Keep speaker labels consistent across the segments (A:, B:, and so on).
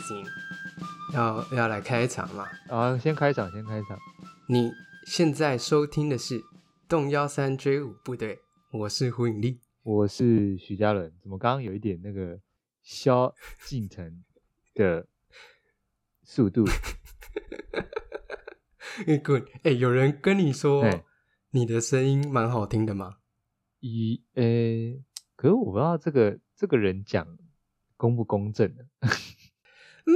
A: 情，要要来开场嘛。
B: 啊，先开场，先开场。
A: 你现在收听的是《动幺三追舞部队》，我是胡颖丽。
B: 我是许嘉伦，怎么刚刚有一点那个萧敬腾的速度？
A: Good，哎、有人跟你说
B: 哎
A: 你的声音蛮好听的吗？
B: 一呃、可是我不知道这个这个人讲公不公正啊
A: 嗯，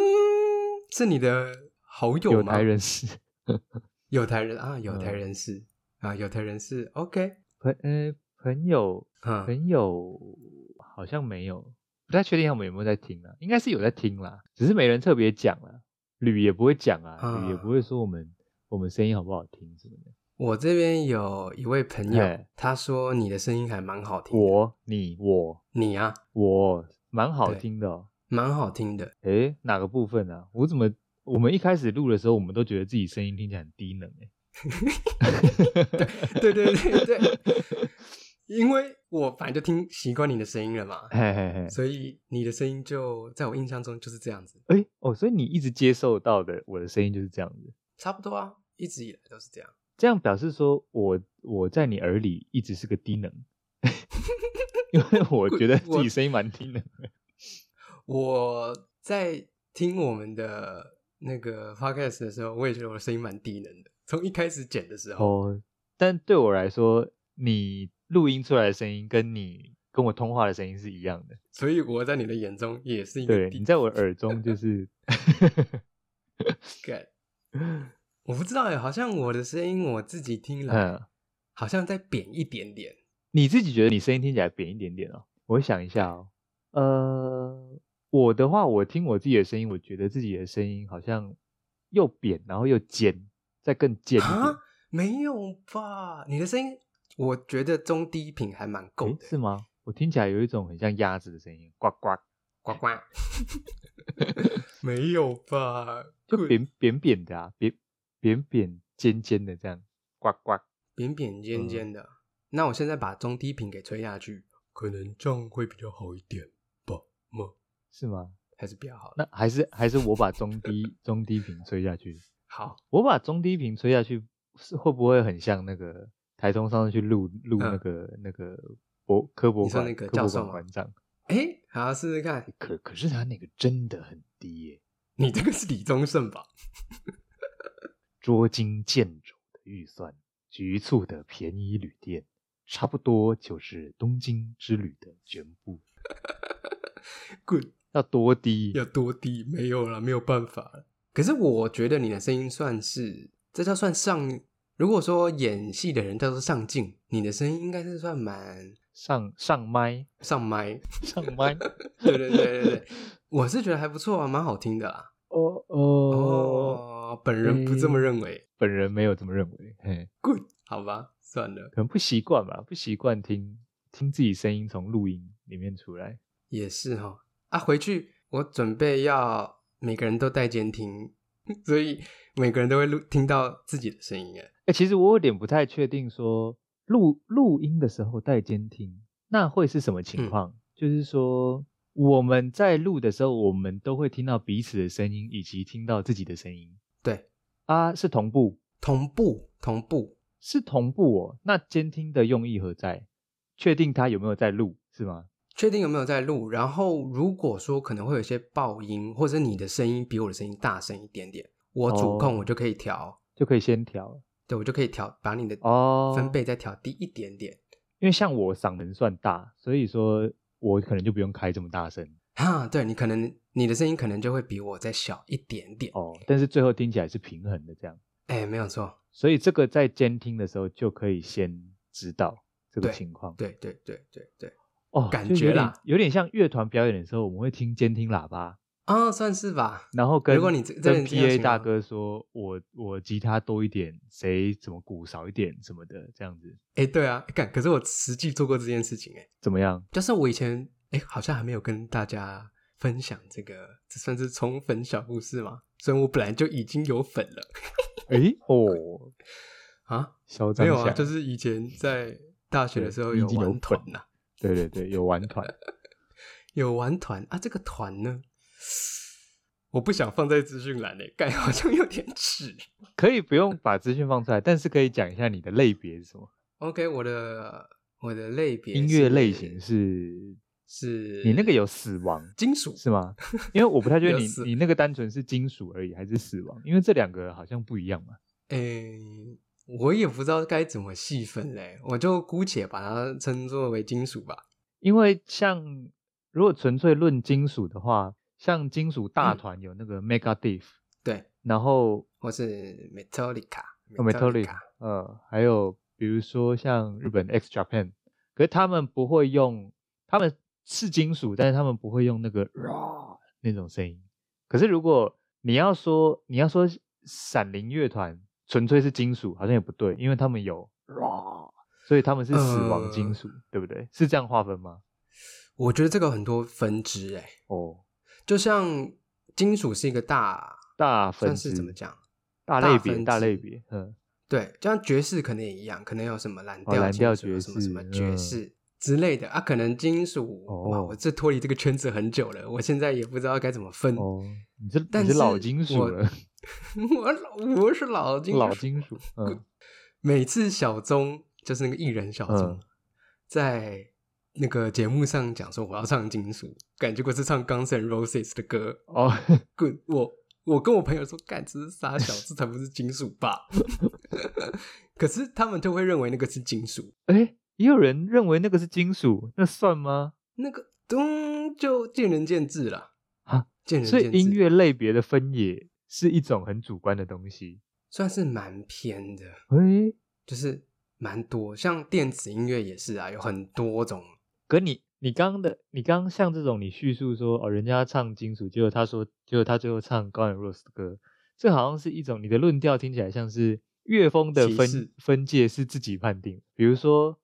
A: 是你的好友
B: 有
A: 吗？
B: 台人嗯士，
A: 有台人啊，有台人士、啊，有台人士。OK，
B: 朋呃朋友
A: 嗯，
B: 朋友好像没有，不太确定他们有没有在听啊，应该是有在听啦，只是没人特别讲啦，吕也不会讲啊，吕也不会说我们我们声音好不好听什么的。
A: 我这边有一位朋友
B: 哎，
A: 他说你的声音还蛮好听的。啊
B: 我你我
A: 你啊，
B: 我蛮好
A: 对
B: 听的、哦。
A: 蛮好听的。
B: 诶，哪个部分啊？我怎么我们一开始录的时候，我们都觉得自己声音听起来很低能欸诶，
A: 对对对对，因为我本来就听习惯你的声音了嘛，
B: 嘿嘿嘿。
A: 所以你的声音就在我印象中就是这样子，
B: 诶，哦，所以你一直接受到的我的声音就是这样子，
A: 差不多啊，一直以来都是这样。
B: 这样表示说我我在你耳里一直是个低能， 因为我觉得自己声音蛮低 能的。
A: 我在听我们的那个 podcast 的时候，我也觉得我的声音蛮低能的，从一开始剪的时候，
B: 哦，但对我来说，你录音出来的声音跟你跟我通话的声音是一样的。
A: 所以我在你的眼中也是一个
B: 对，
A: 低
B: 你在我耳中就是
A: 干。我不知道哎，好像我的声音我自己听来，
B: 嗯。
A: 好像再扁一点点。
B: 你自己觉得你声音听起来扁一点点哦？我想一下哦，呃，我的话，我听我自己的声音，我觉得自己的声音好像又扁，然后又尖，再更尖一点
A: 啊，，没有吧？你的声音，我觉得中低频还蛮够
B: 诶
A: 的，
B: 是吗？我听起来有一种很像鸭子的声音，呱呱，
A: 呱呱。没有吧？
B: 就
A: Good
B: 扁扁扁的啊，扁扁扁尖尖的这样，呱呱。
A: 扁扁尖尖的。那我现在把中低频给吹下去，嗯可能这样会比较好一点吧？吗？
B: 是吗？
A: 还是比较好了。
B: 那还是还是我把中低中低频吹下去，
A: 好，
B: 我把中低频吹下去，是会不会很像那个台中上次去录录
A: 嗯
B: 那个、那个博科博
A: 你说
B: 馆
A: 那个
B: 科
A: 教
B: 博
A: 授
B: 馆
A: 吗
B: 馆长？
A: 哎，好，试试看。
B: 可可是他那个真的很低耶、
A: 你这个是李宗盛吧？
B: 捉襟见肘的预算，局促的便宜旅店，差不多就是东京之旅的全部。
A: Good，
B: 要多低？
A: 要多低？没有了，没有办法了。可是我觉得你的声音算是，这叫算上。如果说演戏的人叫做上镜，你的声音应该是算蛮
B: 上上麦，
A: 上麦。
B: 上麦。
A: 对对对对 对，我是觉得还不错啊，蛮好听的啦。
B: 哦哦，
A: 哦，本人不这么认为。
B: 本人没有这么认为，嘿，
A: Good，好吧，算了，
B: 可能不习惯吧，不习惯听听自己声音从录音里面出来。
A: 也是哈、啊，回去我准备要每个人都带监听， 所以每个人都会录听到自己的声音。哎，
B: 哎、其实我有点不太确定说录录音的时候带监听，那会是什么
A: 嗯
B: 情况？就是说我们在录的时候，我们都会听到彼此的声音，以及听到自己的声音
A: 对，
B: 啊，是同步，
A: 同步同步，
B: 是同步哦。那监听的用意何在？确定他有没有在录是吗？
A: 确定有没有在录？然后如果说可能会有一些爆音，或者你的声音比我的声音大声一点点，我主
B: 哦
A: 控我就可以调，
B: 就可以先调了
A: 对我就可以调，把你的
B: 哦，
A: 分贝再调低一点点。
B: 因为像我嗓门算大，所以说我可能就不用开这么大声
A: 哈，对你可能你的声音可能就会比我再小一点点。
B: 哦，但是最后听起来是平衡的这样。
A: 哎，没有错，
B: 所以这个在监听的时候就可以先知道这个
A: 对
B: 情况
A: 对对对对对，
B: 哦，
A: 感
B: 就有
A: 觉
B: 点
A: 啦
B: 有点像乐团表演的时候，我们会听监听喇叭，
A: 啊、算是吧。
B: 然后跟
A: 如果你这这
B: 跟
A: 个这样
B: PA
A: 形容
B: 大哥说，我我吉他多一点，谁怎么鼓少一点什么的，这样子
A: 哎，对啊，干，可是我实际做过这件事情，哎，
B: 怎么样？
A: 就是我以前哎，好像还没有跟大家分享这个，这算是宠粉小故事嘛？虽然我本来就已经有粉了
B: 诶，哦，
A: 啊，
B: 嚣张
A: 没
B: 起来
A: 有啊，就是以前在大学的时候
B: 对
A: 有
B: 嗯已经有
A: 玩团啊
B: 粉
A: 呐、
B: 对对对，有玩团
A: 有玩团啊，这个团呢，我不想放在资讯栏诶，感觉好像有点耻。
B: 可以不用把资讯放出来，但是可以讲一下你的类别是什么？
A: OK，我的我的类别
B: 音乐
A: 是
B: 类型是
A: 是
B: 你那个有死亡
A: 金属
B: 是吗？ 因为我 不太确定
A: 有死
B: 你你那个单纯是金属而已，还是死亡？因为这两个好像不一样嘛。
A: 诶、我也不知道该怎么细分嘞，我就姑且把它称作为金属吧。
B: 因为像如果纯粹论金属的话，像金属大
A: 嗯
B: 团有那个 Megadeth，、
A: 对，
B: 然后
A: 或是 Metallica、
B: 呃 Metallica，呃，还有比如说像日本 X Japan，可是他们不会用，他们是金属，但是他们不会用那个 raw 那种声音。可是如果你要说你要说闪灵乐团纯粹是金属，好像也不对，因为他们有 raw，所以他们是死亡金
A: 呃
B: 属，对不对？是这样划分吗？
A: 我觉得这个很多分支诶，
B: 哦，
A: 就像金属是一个大，
B: 大分
A: 算
B: 支
A: 是怎么讲？
B: 大
A: 大
B: 类别，
A: 分
B: 大
A: 支
B: 类别，嗯，
A: 对，就像爵士可能也一样，可能有什么蓝
B: 哦
A: 调、
B: 蓝调
A: 金属有什么
B: 爵士
A: 什么爵
B: 嗯
A: 士。之类的啊，可能金属、哇，
B: 哦
A: 我这脱离这个圈子很久了，我现在也不知道该怎么分。
B: 哦，你这
A: 嗯但
B: 你是老
A: 是
B: 金属
A: 我
B: 了，
A: 我老我是老金属
B: 老金属，嗯，
A: 每次小钟就是那个艺人小钟，
B: 嗯
A: 在那个节目上讲说我要唱金属，感觉果是唱 Guns N' Roses 的歌。
B: 哦，
A: 滚！我我跟我朋友说，干这是傻小，这才不是金属吧？ 可是他们就会认为那个是金属，
B: 哎，也有人认为那个是金属，那算吗？
A: 那个咚就见仁见智啦。
B: 啊，
A: 见仁
B: 所
A: 见
B: 以
A: 智，
B: 音乐类别的分野是一种很主观的东西。
A: 算是蛮偏的，
B: 哎，
A: 就是蛮多，像电子音乐也是啊，有很多种。
B: 可你你刚刚的你刚刚像这种你叙述说哦，人家唱金属，结果他说，结果他最后唱高 u 若 s 的歌，这好像是一种你的论调听起来像是乐风的
A: 歧
B: 分
A: 视
B: 分界是自己判定，比如说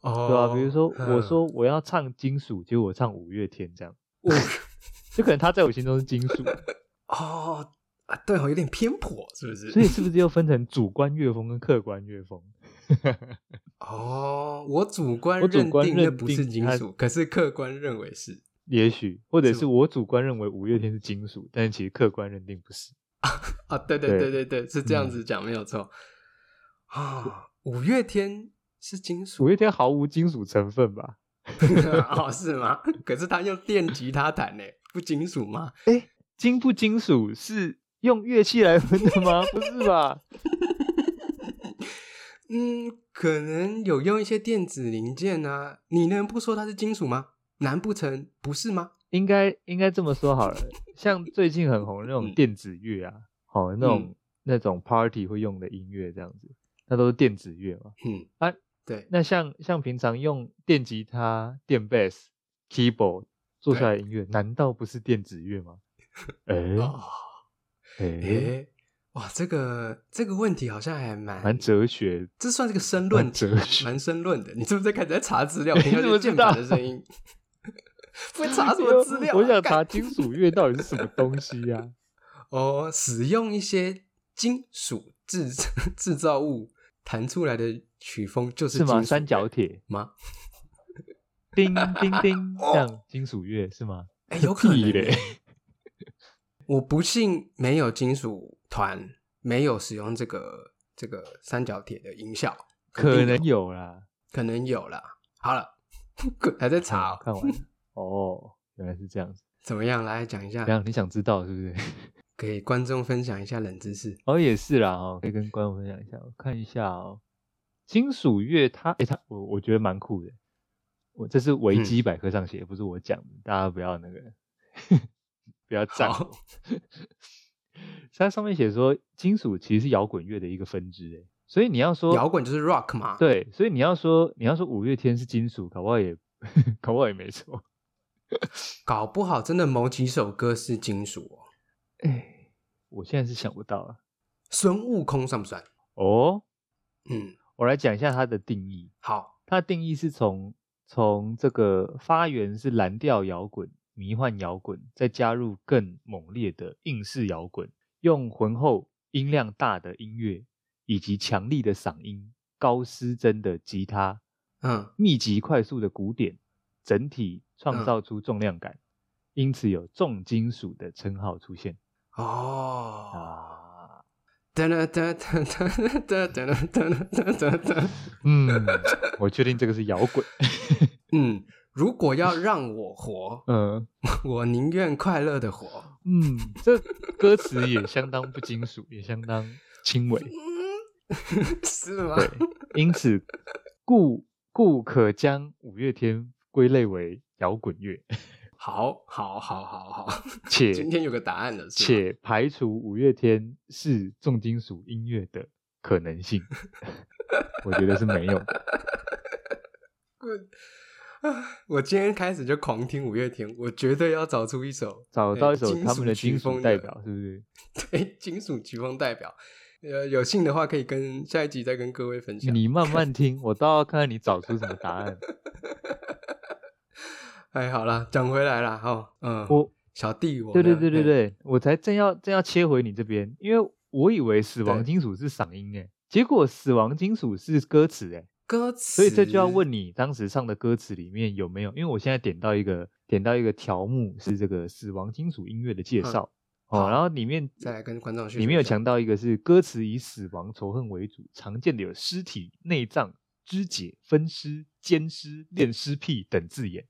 A: 哦
B: 对啊，比如说我
A: 嗯
B: 说我要唱金属，结果我唱五月天这样，
A: 我
B: 就可能他在我心中是金 属，
A: 哦啊，对哦，有点偏颇，是不是？
B: 所以是不是又分成主观乐风跟客观乐风？
A: 哦，我主观
B: 我主
A: 认
B: 观
A: 定
B: 认
A: 那不是
B: 定
A: 金
B: 它
A: 属，可是客观认为是。
B: 也许，或者
A: 是
B: 是
A: 吗
B: 我主观认为五月天是金属，但是其实客观认定不是。
A: 啊，对对对
B: 对
A: 对对，是这样
B: 嗯
A: 子讲、没有错。啊，五月天是金属
B: 五月天毫无金属成分吧？
A: 哦，是吗？可是他用电吉他弹呢，不金属吗？
B: 金不金属是用乐器来分的吗？不是吧？
A: 嗯，可能有用一些电子零件啊，你能不说它是金属吗？难不成不是吗？
B: 应该应该这么说好了，像最近很红的那种
A: 嗯
B: 电子乐啊，哦，那种、
A: 嗯
B: 那种 party 会用的音乐这样子，那都是电子乐嘛。
A: 嗯
B: 啊，
A: 对，
B: 那像像平常用电吉他、电 bass、keyboard 做出来的音乐，难道不是电子乐 吗？哎
A: 哦，
B: 哎，
A: 诶，哇，这个这个问题好像还蛮
B: 蛮哲学，
A: 这算是个申论题
B: 蛮哲学，
A: 蛮申论的。你是不是在开始在查资料？
B: 你
A: 听到
B: 怎
A: 这
B: 么
A: 个
B: 知
A: 键盘
B: 道
A: 的声音， 会 查什么资料啊、
B: 我想
A: 干
B: 查金属乐到底是什么东西呀、
A: 哦，使用一些金属制制造物弹出来的曲风就是
B: 是
A: 金属
B: 吗？三角铁，
A: 吗？
B: 叮叮叮，
A: 哦
B: 这样金属乐是吗？
A: 哎，有可能
B: 屁嘞
A: 耶。 我不信没有金属团没有使用这个这个三角铁的音效，肯
B: 可
A: 定
B: 能有啦。
A: 可能有啦。好了， 还在查哦、
B: 看完了哦，原来是这样子。
A: 怎么样？来讲一下
B: 这，样你想知道是不是？
A: 给观众分享一下冷知识。
B: 哦，也是啦，哦，可以跟观众分享一下，我看一下哦。金属乐它，诶、它我我觉得蛮酷的，我这是维
A: 嗯
B: 基百科上写，不是我讲的，大家不要那个， 不要赞
A: 好
B: 我。它上面写说，金属其实是摇滚乐的一个分支，诶，所以你要说
A: 摇滚就是 rock 嘛，，
B: 对，所以你要说你要说五月天是金属，搞不好也 搞不好也没错。
A: 搞不好真的某几首歌是金属哦。
B: 哎，我现在是想不到了。
A: 孙悟空算不算？
B: 哦，
A: 嗯，
B: 我来讲一下它的定义。
A: 好，
B: 它的定义是从从这个发源是蓝调摇滚、迷幻摇滚，再加入更猛烈的硬式摇滚，用浑厚、音量大的音乐以及强力的嗓音、高失真的吉他、
A: 嗯，
B: 密集快速的鼓点，整体创
A: 嗯
B: 造出重量感。因此有重金属的称号出现
A: 哦，
B: 啊。
A: 噔噔噔噔噔噔噔噔噔噔噔噔，
B: 嗯，我确定这个是摇滚。
A: 嗯，如果要让我活，
B: 嗯
A: 我宁愿快乐的活。
B: 嗯，这歌词也相当不金属，也相当轻微。
A: 嗯， 是吗？
B: 对，因此故故可将五月天归类为摇滚乐，
A: 好，好，好，好，好，
B: 且
A: 今天有个答案了，是吗
B: 且排除五月天是重金属音乐的可能性， 我觉得是没有的。
A: 啊我今天开始就狂听五月天，我绝对要找出一首呃
B: 找到一首他们的
A: 金属曲
B: 金属
A: 风
B: 代
A: 的
B: 表，是不是？
A: 对 金属曲风代表。呃，有幸的话可以跟下一集再跟各位分享。
B: 你慢慢听，我倒要看看你找出什么答案。
A: 哎，好啦，讲回来啦，哈、嗯，
B: 我，
A: 小弟我呢，
B: 对对对对
A: 嘿，
B: 对，我才正要正要切回你这边，因为我以为死亡
A: 对
B: 金属是嗓音诶，结果死亡金属是歌词诶，
A: 歌词，
B: 所以这就要问你当时唱的歌词里面有没有？因为我现在点到一个点到一个条目是这个死亡金属音乐的介
A: 嗯
B: 绍、哦，
A: 好
B: 然后里面
A: 再来跟观众叙述
B: 里面有
A: 一下
B: 强调一个是歌词以死亡仇恨为主，常见的有尸体、内脏、肢解、分尸、奸尸、恋尸癖等字眼。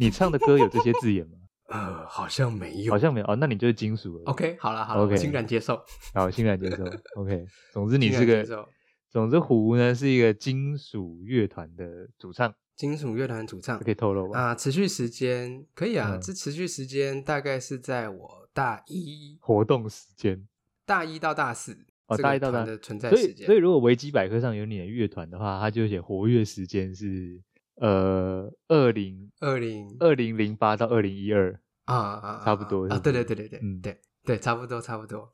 B: 你唱的歌有这些字眼吗？
A: 呃，好像没 有，
B: 好像没有哦，那你就是金属了。
A: OK，好了好了
B: OK
A: 我欣然接受。
B: 好，欣然接受。OK，总之你
A: 欣
B: 是
A: 然
B: 个
A: 接受，
B: 总之胡呢是一个金属乐团的主唱，
A: 金属乐团主唱
B: 这可以透露吧？
A: 啊、持续时间可以啊，
B: 嗯
A: 这持续时间大概是在我大一
B: 活动时间。
A: 大一到大四
B: 哦
A: 这个
B: 大一到
A: 团
B: 大
A: 的存在
B: 所
A: 时
B: 以，
A: 间，
B: 所以如果维基百科上有你的乐团的话，它就写活跃时间是呃二零
A: 二零
B: 二零零八到二零一二，
A: 啊啊啊
B: 差不多
A: 啊，啊
B: 差不
A: 对对
B: 多
A: 对对对、
B: 嗯
A: 对对，差不多差不多，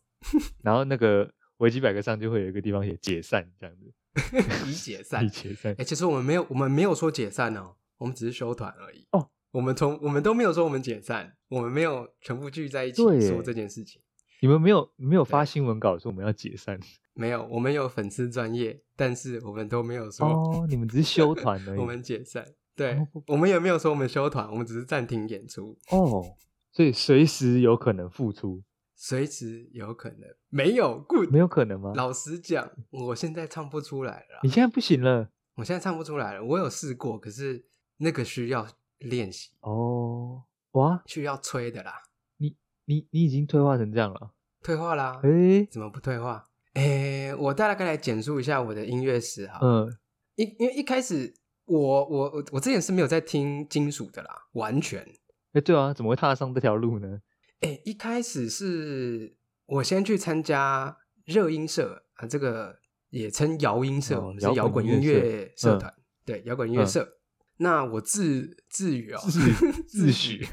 B: 然后那个维基百科上就会有一个地方写解散这样子，
A: 已解
B: 已
A: 散。
B: 解散
A: 哎、。其实我们没有我们没有说解散哦，我们只是休团而已。
B: 哦，
A: 我们从我们都没有说我们解散，我们没有全部聚在一起
B: 对耶
A: 说这件事情。
B: 你们没有没 有发新闻稿说我们要解散
A: 没有，我们有粉丝专业，但是我们都没有说
B: 哦，你们只是休团而 已。
A: 我们解散。对
B: 哦不，
A: 我们也没有说我们休团，我们只是暂停演出，
B: 哦，所以随时有可能复出，
A: 随时有可能。没有，good。
B: 没有可能吗？
A: 老实讲，我现在唱不出来了啦
B: 你，现在不行了
A: 我现在唱不出来了。我有试过，可是那个需要练习，
B: 哦，哇，
A: 需要吹的啦，
B: 你你已经退化成这样了，
A: 退化
B: 哎
A: 啦。
B: 诶，
A: 怎么不退化？诶，我大概来简述一下我的音乐史哈。
B: 嗯
A: 一因为一开始我我我我之前是没有在听金属的啦，完全。
B: 哎对啊，怎么会踏上这条路呢？
A: 哎、一开始是我先去参加热音社啊，这个也称摇音社，
B: 哦
A: 我们是
B: 摇
A: 摇滚
B: 滚
A: 音
B: 乐
A: 乐
B: 社
A: 社
B: 嗯
A: 团，对，摇滚音乐
B: 嗯
A: 社。那我自自诩哦，
B: 自 自诩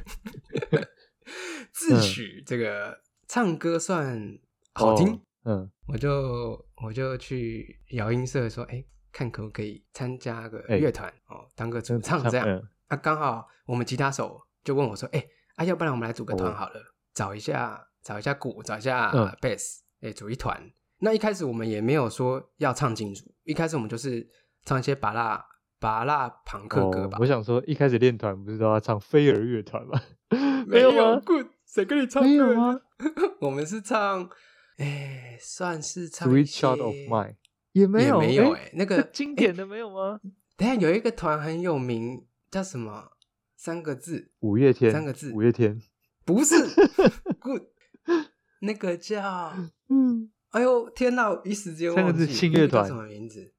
A: 自
B: 嗯
A: 诩这个唱歌算好听，
B: 哦嗯，
A: 我就我就去摇音社说，哎、看可不可以参加个
B: 哎
A: 乐团、哦，当个主唱这样。
B: 嗯
A: 啊，刚好我们吉他手就问我说：“哎、啊，要不然我们来组个团
B: 哦
A: 好了，找一下找一下鼓，找一下
B: 嗯
A: bass，哎、组一团。”那一开始我们也没有说要唱金属，一开始我们就是唱一些拔蜡拔蜡朋克歌
B: 哦
A: 吧，，
B: 我想说一开始练团不是都要唱飞儿乐团吗？
A: 没
B: 有
A: 有
B: 吗？
A: good，谁跟你唱
B: 没
A: 歌啊
B: 有啊吗？
A: 我们是唱，哎、算是唱
B: Sweet
A: 一
B: Child of
A: 些
B: Mine 也没有，
A: 也没有
B: 诶
A: 哎、那
B: 这
A: 个
B: 经典的没有吗？
A: 等一下有一个团很有名，叫什么？三个字，
B: 五月天，
A: 三个字
B: 五月天，
A: 不 是 good，那个叫，
B: 嗯，
A: 哎呦天哪，一时间
B: 三个
A: 忘
B: 字
A: 记
B: 信
A: 那个
B: 乐
A: 叫
B: 团
A: 什么名字？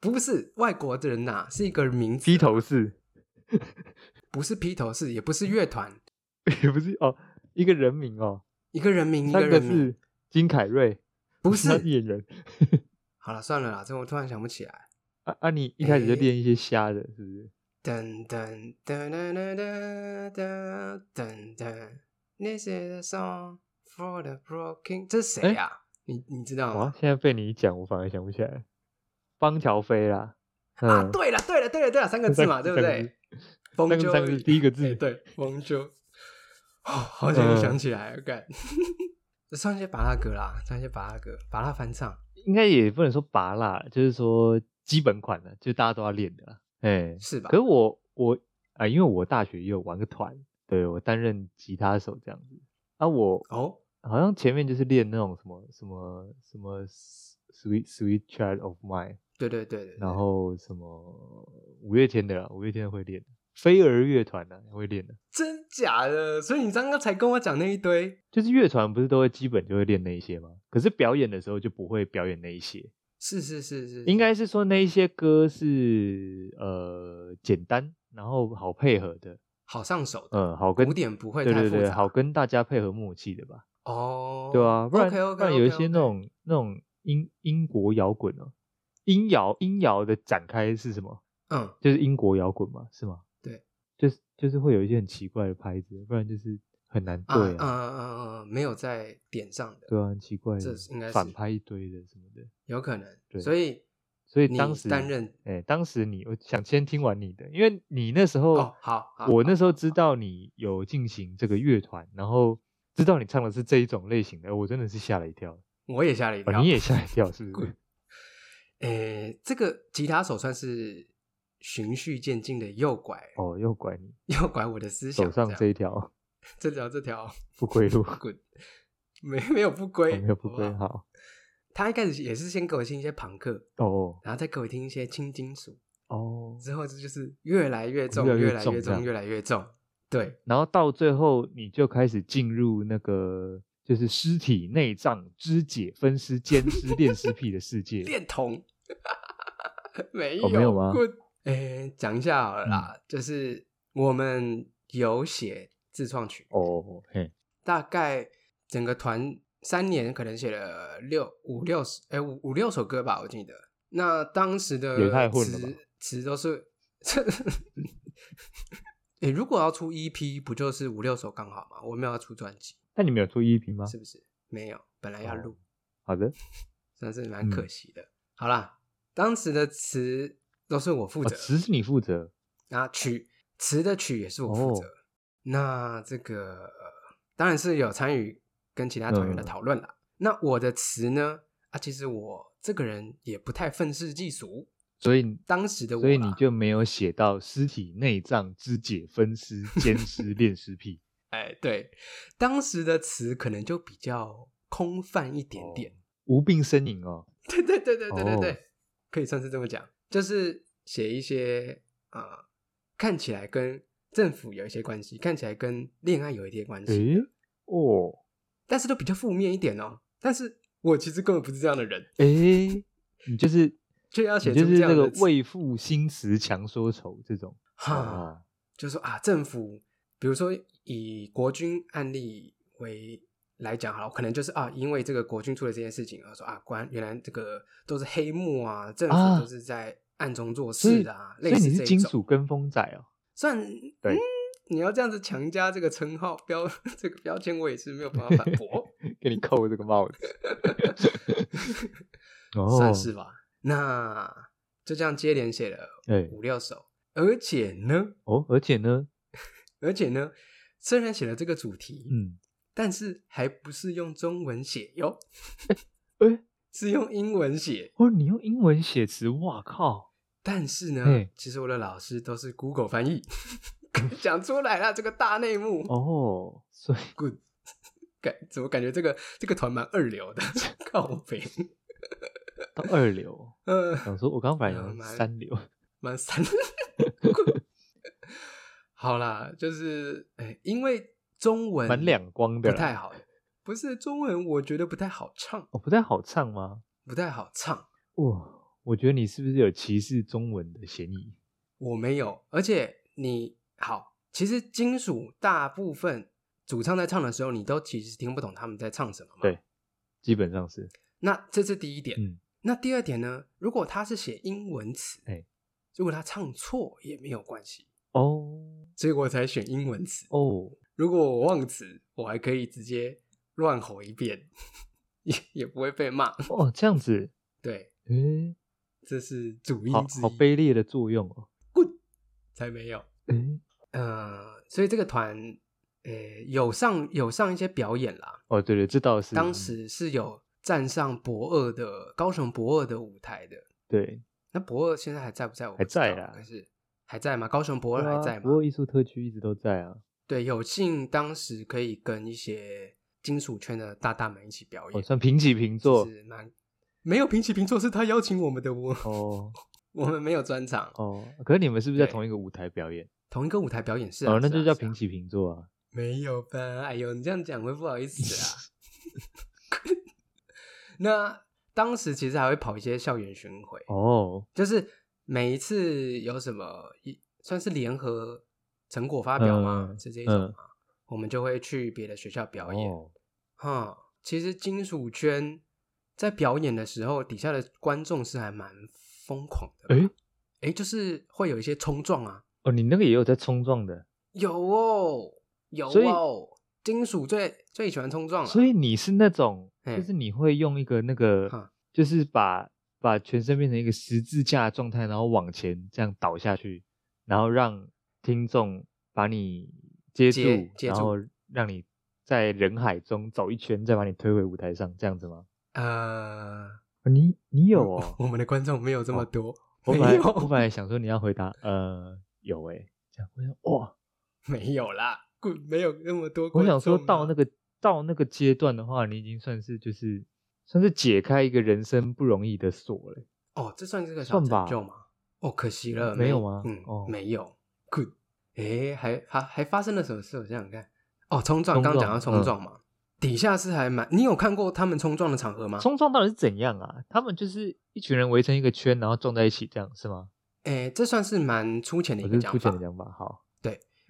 A: 不是外国的人呐、是一个名字，
B: 披头士
A: 不是披头士，也不是乐团，
B: 也不是哦，一个人名哦，
A: 一个人名，一
B: 三
A: 人名，
B: 字金凯瑞，
A: 不
B: 他
A: 是。
B: 演员
A: 好了，算了啦，这我突然想不起来。
B: 啊啊！你一开始就
A: 诶
B: 练一些瞎的，是不是？
A: 噔噔噔噔噔噔噔噔噔，This is a song for the broken。这是谁
B: 哎
A: 呀、你你知道
B: 哇
A: 吗？，
B: 现在被你一讲，我反而想不起来了，邦乔飞啦，
A: 啊，
B: 嗯，
A: 对了，对了，对了，对了，三个字嘛，
B: 三
A: 对不
B: 个三个
A: 对
B: 字？
A: 风
B: 三个
A: 就
B: 三个字第一个字嗯
A: 哎对，风就，哦，好想想起来了，干， 唱一些巴拉歌啦，唱一些巴拉歌，巴拉翻唱，
B: 应该也不能说拔啦，就是说基本款的，就是大家都要练的啦，哎，
A: 是吧
B: 可是？我我啊、因为我大学也有玩个团，对我担任吉他手这样子。啊，我
A: 哦，
B: 好像前面就是练那种什么什么什么 Sweet Sweet Child of Mine，
A: 对对对对，
B: 然后什么五月天的啦，五月天会练，飞儿乐团呢、会练的，
A: 真假的？所以你刚刚才跟我讲那一堆，
B: 就是乐团不是都会基本就会练那一些吗？可是表演的时候就不会表演那一些，
A: 是是是是，
B: 应该是说那一些歌是呃简单，然后好配合的，
A: 好上手的，
B: 嗯，好跟
A: 古典不会
B: 对
A: 太
B: 对
A: 复杂，
B: 对，好跟大家配合默契的吧？
A: 哦，
B: 对啊，不然
A: OK OK，
B: 不然有一些那种那种英英国摇滚哦，英摇英摇的展开是什么？
A: 嗯，
B: 就是英国摇滚嘛，是吗？
A: 对，
B: 就是就是会有一些很奇怪的拍子，不然就是很难
A: 啊嗯
B: 对
A: 嗯嗯嗯，没有在点上的，
B: 对啊，很奇怪的，
A: 这是应该是
B: 反拍一堆的什么的。
A: 有可能，
B: 对
A: 所以
B: 所以
A: 你
B: 当时
A: 担任
B: 哎、当时你我想先听完你的，因为你那时候、
A: 哦，好，好
B: 我那时候知道你有进行这个乐团，然后知道你唱的是这一种类型的，我真的是吓了一跳，
A: 我也吓了一
B: 哦、
A: 跳，
B: 你也吓一跳是不是
A: 滚？诶，这个吉他手算是循序渐进的诱拐，
B: 哦，又拐你
A: 诱拐我的思想，
B: 手上
A: 样
B: 这一条
A: 这条这条
B: 不 归路，
A: 滚，没没有不归，
B: 哦没有不
A: 好
B: 归
A: 好
B: 好
A: 他一开始也是先给我听一些朋克，
B: 哦
A: 然后再给我听一些轻金属，
B: 哦，
A: 之后这就是越来越重，
B: 越来越
A: 越来
B: 重
A: 越
B: 这样
A: 重，越来越重。对，
B: 然后到最后你就开始进入那个就是尸体、内脏、肢解、分 尸、奸尸、恋尸癖的世界。
A: 恋童没有、
B: 哦没有吗
A: 我诶，讲一下好了啦，就是我们有写自创曲，
B: 哦，嘿，
A: 大概整个团三年可能写了六五六十，哎、五五六首歌吧，我记得。那当时的
B: 也太混了吧
A: 词词都是，哎、如果要出 EP，不就是五六首刚好吗？我没有要出专辑，
B: 那你们有出 EP 吗？
A: 是不是？没有，本来
B: 哦
A: 要录，
B: 好的，
A: 真的是
B: 嗯
A: 蛮可惜的。好啦，当时的词都是我负
B: 哦
A: 责，
B: 只是你负责
A: 那曲词的曲也是我负责。
B: 哦
A: 那这个呃当然是有参与跟其他团员的
B: 嗯
A: 讨论啦。那我的词呢？啊，其实我这个人也不太愤世嫉俗，
B: 所以
A: 当时的我啦，
B: 所以你就没有写到尸体、内脏、肢解、分尸、奸 尸、恋尸癖。
A: 哎对，当时的词可能就比较空泛一点点。
B: 无病呻吟哦，
A: 对对对对对对对，
B: 哦
A: 可以算是这么讲，就是写一些啊、呃看起来跟政府有一些关系，看起来跟恋爱有一些关系，
B: 诶，哦，
A: 但是都比较负面一点哦。但是我其实根本不是这样的人，
B: 诶，你就是
A: 却要写
B: 你
A: 出
B: 就是
A: 这样
B: 那
A: 的
B: 个
A: 词啊
B: 为赋新词强说愁这种
A: 哈，
B: 哦
A: 就说啊，政府，比如说以国军案例为来讲好了，可能就是啊，因为这个国军出了这件事情，而说啊，关原来这个都是黑幕啊，政
B: 啊
A: 府都是在暗中做
B: 所以
A: 事啊，
B: 所
A: 类
B: 以
A: 似
B: 你
A: 这
B: 是
A: 一
B: 金
A: 种。
B: 属跟风仔哦。
A: 算
B: 对
A: 嗯，你要这样子强加这个称号标 这个标签，我也是没有办法反驳，
B: 给你扣这个帽子， 哦
A: 算是吧。那就这样接连写了
B: 对
A: 五六首，而且呢，
B: 哦，而且呢，
A: 而且呢，虽然写了这个主题，
B: 嗯，
A: 但是还不是用中文写 哟，
B: 哎，
A: 是用英文写。
B: 哦，你用英文写词，哇靠，
A: 但是呢
B: 嘿，
A: 其实我的老师都是 Google 翻译， 讲出来了这个大内幕。
B: 哦，所以
A: ，good，感怎么感觉这个这个团蛮二流 的，靠北，
B: 到二流，
A: 呃，
B: 想说我刚反
A: 哎呀
B: 应
A: 妈呀
B: 三流，
A: 蛮三好啦，就是哎、因为中文
B: 蛮两光的
A: 不
B: 啦，
A: 太好，不是中文，我觉得不太好唱，
B: 哦，不太好唱吗？
A: 不太好唱。
B: 哇，我觉得你是不是有歧视中文的嫌疑？
A: 我没有，而且你好，其实金属大部分主唱在唱的时候，你都其实听不懂他们在唱什么嘛。
B: 对基本上是，
A: 那这是第一点。
B: 嗯
A: 那第二点呢？如果他是写英文词，
B: 哎
A: 如果他唱错也没有关系，
B: 哦
A: 所以我才选英文词。
B: 哦，
A: 如果我忘词，我还可以直接乱吼一遍， 也也不会被骂。
B: 哦，这样子，
A: 对，
B: 诶，
A: 这是主因
B: 好
A: 之
B: 好
A: 一，
B: 卑劣的作用哦，
A: 才没有。
B: 诶，
A: 呃，所以这个团，呃，有上有上一些表演啦，
B: 哦，对对，这倒是，
A: 当时是有站上博二的高雄博二的舞台的。
B: 对，
A: 那博二现在还在不在我不
B: 还
A: 知道？
B: 在啦
A: 可是还在吗？高雄博
B: 对
A: 二
B: 啊
A: 还在吗哦
B: 不？过艺术特区一直都在啊，
A: 对，有幸当时可以跟一些金属圈的大大们一起表
B: 哦，
A: 演，
B: 算平起平坐
A: 是蛮没有平起平坐，是他邀请我们的，我
B: 哦
A: 我们没有专场，
B: 哦。可是你们是不是在
A: 对
B: 同一个舞台表演？
A: 同一个舞台表演是、啊，
B: 哦，那
A: 是啊
B: 就叫
A: 是啊
B: 平起平坐啊。
A: 没有吧？哎呦，你这样讲会不好意思 啊。 那当时其实还会跑一些校园巡回，
B: 哦，
A: 就是每一次有什么一算是联合成果发表嘛，
B: 嗯
A: 是这一种
B: 嗯
A: 嘛，我们就会去别的学校表演。
B: 哦
A: 哈、其实金属圈在表演的时候，底下的观众是还蛮疯狂的。
B: 诶
A: 诶，就是会有一些冲撞啊，
B: 哦，你那个也有在冲撞的，
A: 有哦，有
B: 所以
A: 哦，金属最最喜欢冲撞了、
B: 所以你是那种，
A: 嘿
B: 就是你会用一个那个
A: 哈，
B: 就是把把全身变成一个十字架的状态，然后往前这样倒下去，然后让听众把你接住，
A: 接接
B: 然
A: 住
B: 后让你在人海中走一圈，再把你推回舞台上，这样子吗？哦
A: 呃，
B: 你你有
A: 我
B: 哦，
A: 我们的观众没有这么多，
B: 我本
A: 没
B: 来我
A: 有，
B: 本来想说你要回答，呃，有诶、这样我想哇，
A: 没有啦，故没有那么多、
B: 我想说
A: 啊
B: 到那，个到那个阶段的话，你已经算是就是算是解开一个人生不容易的锁了。
A: 哦，这算是个小
B: 算吧
A: 成就吗？哦，可惜了，
B: 没有吗
A: 嗯，
B: 哦
A: 没有。Good，诶，还还还发生了什么事？我想想看。哦，冲撞，
B: 冲
A: 刚刚
B: 撞
A: 讲到
B: 嗯
A: 冲撞嘛，底下是还蛮，你有看过他们冲撞的场合吗？
B: 冲撞到底是怎样啊？他们就是一群人围成一个圈，然后撞在一起，这样是吗？
A: 诶，这算是蛮粗浅的
B: 我
A: 一
B: 这
A: 个
B: 是
A: 讲
B: 粗浅
A: 法
B: 的。讲法。好，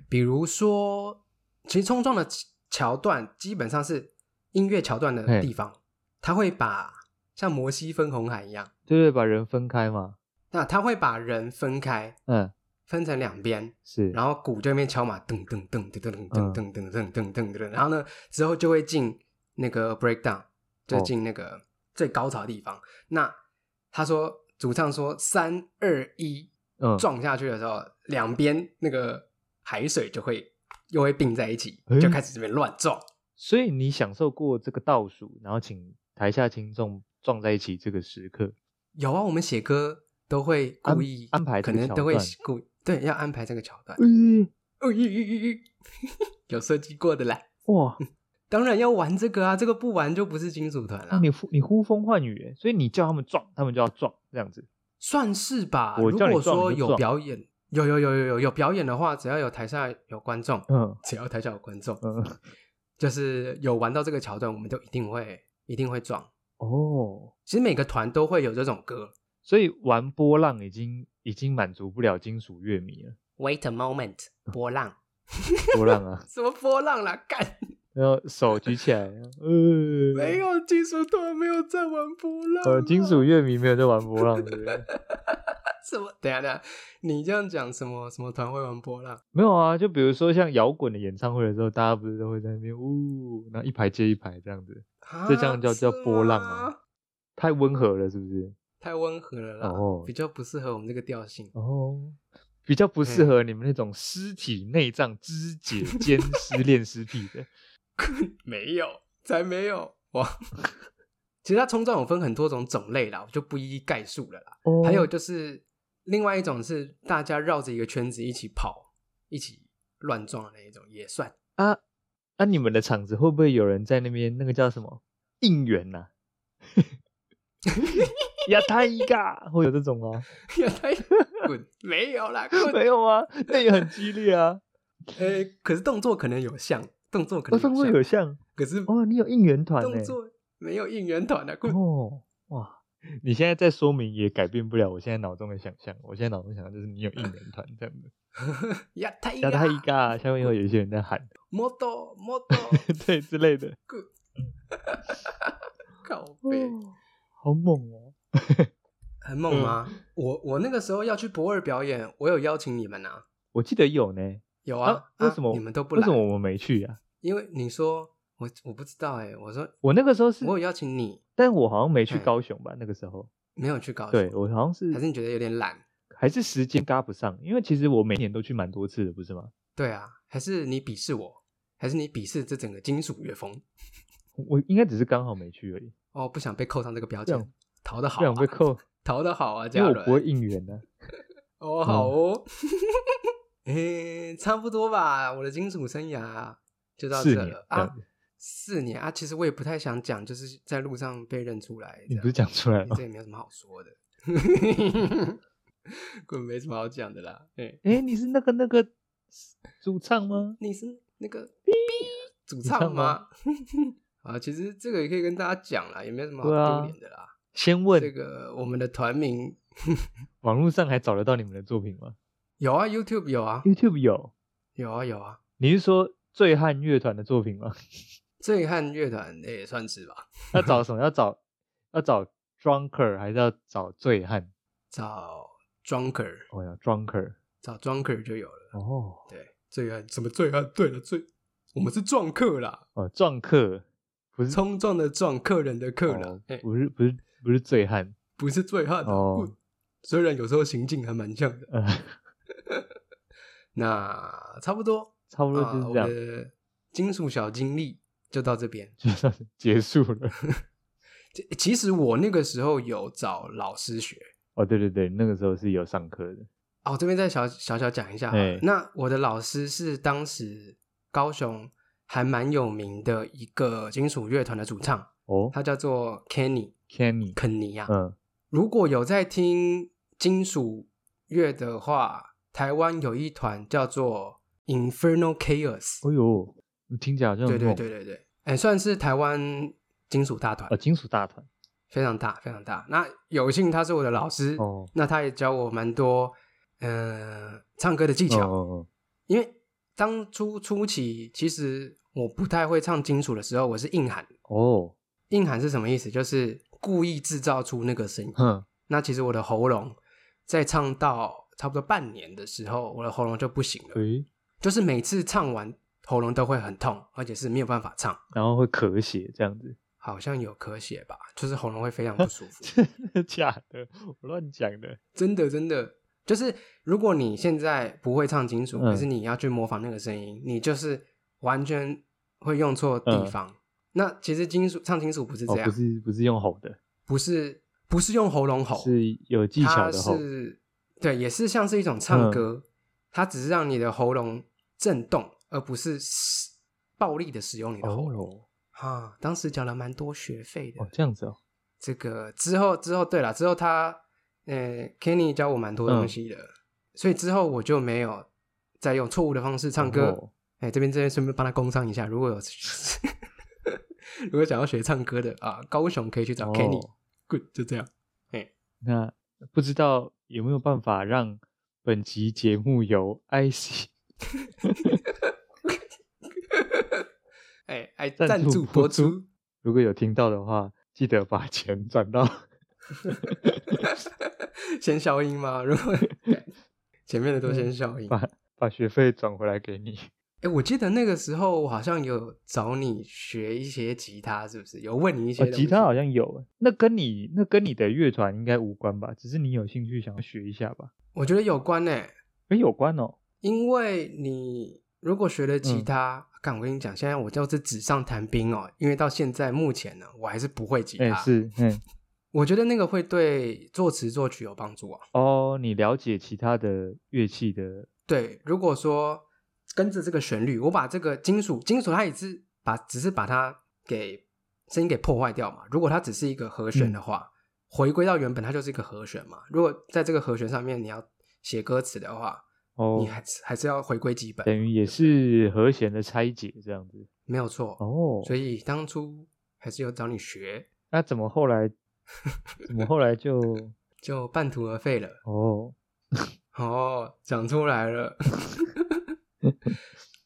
A: 比如说，其实冲撞的桥桥段基本上是音乐桥段的
B: 嘿
A: 地方，它会把像摩西分红海一样，
B: 对对，把人分开嘛。
A: 那它会把人分开，
B: 嗯，
A: 分成两边，
B: 是。
A: 然后鼓这边敲嘛，噔噔噔噔噔噔噔噔噔噔噔噔，然后呢之后就会进那个 breakdown，就进那个最高潮的地方。那他说主唱说三二一
B: 嗯，
A: 撞下去的时候，两边那个海水就会又会并在一起
B: 诶，
A: 就开始这边乱撞。
B: 所以你享受过这个倒数，然后请台下听众撞在一起这个时刻。
A: 有啊，我们写歌都会故意
B: 安安排这
A: 可
B: 个
A: 能
B: 桥
A: 都会
B: 段
A: 故意对要安排这个桥段，
B: 嗯，
A: 哦咦咦咦咦 有设计过的啦。
B: 哇，
A: 当然要玩这个啊，这个不玩就不是金属团了、
B: 那你呼你呼风唤雨欸耶，所以你叫他们撞，他们就要撞，这样子。
A: 算是吧。
B: 我
A: 如
B: 叫你
A: 果
B: 撞
A: 说
B: 你就
A: 有
B: 撞
A: 表演，有有有有有有表演的话，只要有台下有观众，
B: 嗯
A: 只要台下有观众，
B: 嗯，
A: 就是有玩到这个桥段，我们就一定会一定会撞。
B: 哦，
A: 其实每个团都会有这种歌。
B: 所以玩波浪已经已经满足不了金属乐迷了。
A: Wait a moment，波浪，
B: 波浪啊，
A: 什么波浪啦？干，
B: 然后手举起来，呃，
A: 没有金属团没有在玩波浪、啊
B: 呃，金属乐迷没有在玩波浪，对不对？
A: 什么？等一下等一下，你这样讲什么什么团会玩波浪？
B: 没有啊，就比如说像摇滚的演唱会的时候，大家不是都会在那边呜，然后一排接一排这样子，
A: 啊
B: 这这样叫叫波浪？
A: 是吗
B: 啊？太温和了，是不是？
A: 太温和了啦，
B: 哦
A: 比较不适合我们这个调性。
B: 哦，比较不适合你们那种尸体内脏肢解兼失恋尸癖的。
A: 没有，才没有哇！其实它冲撞有分很多种种类啦，我就不一一概述了啦。
B: 哦
A: 还有就是另外一种是大家绕着一个圈子一起跑、一起乱撞的那一种，也算
B: 啊啊，你们的场子会不会有人在那边那个叫什么应援呐、 亚太一嘎会有这种吗？
A: 也太 滚，没有啦，
B: 没
A: 滚。
B: 有啊， 那也很激烈啊。
A: 呃，可是动作可能有像，动作可
B: 我
A: 能
B: 上次哦有像
A: 可是
B: 哦，你有应援团呢、
A: 动作没有应援团的、啊 滚。
B: 哦，哇！你现在在说明也改变不了我现在脑中的想象。我现在脑中想象就是你有应援团 这样子，
A: 呀太
B: 亚
A: 呀
B: 太一嘎，下面会有一些人在喊，
A: 摩托摩托，
B: 对之类的。
A: 靠
B: 哦
A: 背。
B: 好猛哦！
A: 很猛吗？我我那个时候要去博尔表演，我有邀请你们啊，
B: 我记得有呢，
A: 有啊，
B: 为什么、
A: 啊你们都不
B: 为
A: 来？
B: 什么我们没去啊？
A: 因为你说我我不知道哎、我说
B: 我那个时候是，
A: 我有邀请你，
B: 但我好像没去
A: 哎
B: 高雄吧？那个时候，
A: 没有去搞，
B: 对我好像是
A: 还是你觉得有点懒？
B: 还是时间搭不上，因为其实我每年都去蛮多次的，不是吗？
A: 对啊，还是你鄙视我，还是你鄙视这整个金属乐风？
B: 我应该只是刚好没去而已，
A: 哦，不想被扣上这个标
B: 这样
A: 签，逃得
B: 不
A: 好、
B: 然被
A: 啊，
B: 扣，
A: 逃得好啊，
B: 因
A: 嘉
B: 为我
A: 伦
B: 嗯不会应援呢、
A: 哦，好哦， 诶，差不多吧。我的金属生涯就到
B: 四
A: 这
B: 年
A: 了
B: 这
A: 啊
B: 样，
A: 四年啊。其实我也不太想讲，就是在路上被认出来这
B: 你
A: 样，
B: 不是讲出来
A: 因为？
B: 吗
A: 这也没有什么好说的，根本没什么好讲的啦。对，
B: 哎，你是那个那个主唱吗？
A: 你是那个主
B: 唱
A: 唱
B: 吗
A: 吗？ 啊，其实这个也可以跟大家讲啦，也没有什么
B: 对
A: 好丢
B: 啊
A: 脸的啦。
B: 先问
A: 这个我们的团名
B: 网络上还找得到你们的作品吗
A: 有啊，YouTube 有啊，
B: ？YouTube 有？
A: 有啊有啊。
B: 你是说醉汉乐团的作品吗？
A: 醉汉乐团也算是吧，
B: 要找什么？要找要找 drunker 还是要找醉汉？
A: 找 Drunker，
B: 哦呀，drunker
A: 找 Drunker 就有了。
B: 哦
A: 对，醉汉什么醉汉？对了，醉，我们是撞客啦，
B: 哦，撞客不是
A: 冲撞的撞，客人的客啦
B: 哦，
A: 哎、
B: 不是不是不是醉汉
A: 不是醉汉、啊、
B: 哦
A: 不虽然有时候行径还蛮像的。
B: 呃，
A: 那差不多
B: 差不多就
A: 啊，
B: 是
A: 我
B: 这样，
A: 的金属小经历就到这边。
B: 就算是结束了。
A: 这其实我那个时候有找老师学。
B: 哦，对对对，那个时候是有上课的，
A: 哦，我这边再小小小讲一下好了
B: 哎
A: 那我的老师是当时高雄还蛮有名的一个金属乐团的主唱，
B: 哦
A: 他叫做 Kenny
B: ，Kenny，
A: 肯尼亚、
B: 嗯，
A: 如果有在听金属乐的话，台湾有一团叫做 Infernal Chaos，、
B: 哦呦，听起来好像
A: 对
B: 很
A: 对
B: 猛
A: 对对对，哎，算是台湾金属大团
B: 呃，，金属大团
A: 非常大非常大。那有幸他是我的老师，
B: 哦，
A: 那他也教我蛮多呃唱歌的技
B: 技
A: 巧，
B: 哦
A: 因为当初初期其实我不太会唱金属的时候，我是硬喊。
B: 哦，
A: 硬喊是什么意思？就是故意制造出那个声音。
B: 哼，
A: 那其实我的喉咙在唱到差不多半年的时候，我的喉咙就不行了，
B: 诶，
A: 就是每次唱完喉咙都会很痛，而且是没有办法唱，
B: 然后会咳血这样子，
A: 好像有咳血吧，就是喉咙会非常不舒服。
B: 真的假的？我乱讲的，
A: 真的，真的，就是如果你现在不会唱金属，
B: 嗯
A: 可是你要去模仿那个声音，你就是完全会用错地方。那其实金属唱金属不是这
B: 嗯哦，
A: 样，
B: 不是不是用吼的，
A: 不是不是用喉咙吼，
B: 是有技巧
A: 它
B: 的吼，嗯
A: 是对，也是像是一种唱歌，它只是让你的喉咙震动，而不是使暴力的使用你的喉咙。
B: 哦
A: 啊，当时缴了蛮多学费的。
B: 哦，这样子哦，
A: 这个之后之后，对了，之后他呃，Kenny 教我蛮多
B: 嗯
A: 东西的，所以之后我就没有再用错误的方式唱歌。
B: 哦
A: 哎、这边这边顺便帮他工商一下，如果有 如果想要学唱歌的啊，高雄可以去找 Kenny、
B: 哦
A: Good，就这样。
B: 那不知道有没有办法让本集节目由 IC
A: 哎、哎，
B: 赞
A: 赞
B: 助
A: 助
B: 播
A: 播出。
B: 如果有听到的话，记得把钱转到
A: 先消音吗？如 果前面的都
B: 嗯
A: 先消音。哎、哎
B: 把把学费转回来给你。
A: 我记得那个时候我好像有找你学一些吉他，是不是？有问你一些
B: 哦，
A: 东西、
B: 吉他好像有，那跟你那跟你的乐团应该无关吧？只是你有兴趣想要学一下吧？
A: 我觉得有关呢、
B: 诶，有关哦。
A: 因为你如果
B: 嗯
A: 学了吉他，干、我跟你讲，现在我就是纸上谈兵哦，因为到现在目前呢，我还是不会吉
B: 诶，
A: 他。，
B: 是，嗯，
A: 我觉得那个会对作词作曲有帮助啊。
B: 哦，你了解其他的乐器的，
A: 对，如果说跟着这个旋律，我把这个金属，金属它也是把只是把它给声音给破坏掉嘛。如果它只是一个和
B: 嗯
A: 弦的话，回归到原本它就是一个和弦嘛。如果在这个和弦上面你要写歌词的话，
B: 哦
A: 你，还是还是要回归基本，
B: 等于也是和弦的拆解这样子。
A: 没有错。
B: 哦，
A: 所以当初还是有找你学，
B: 那怎么 后来怎么后来就
A: 就半途而废了。
B: 哦？
A: 哦，讲出来了，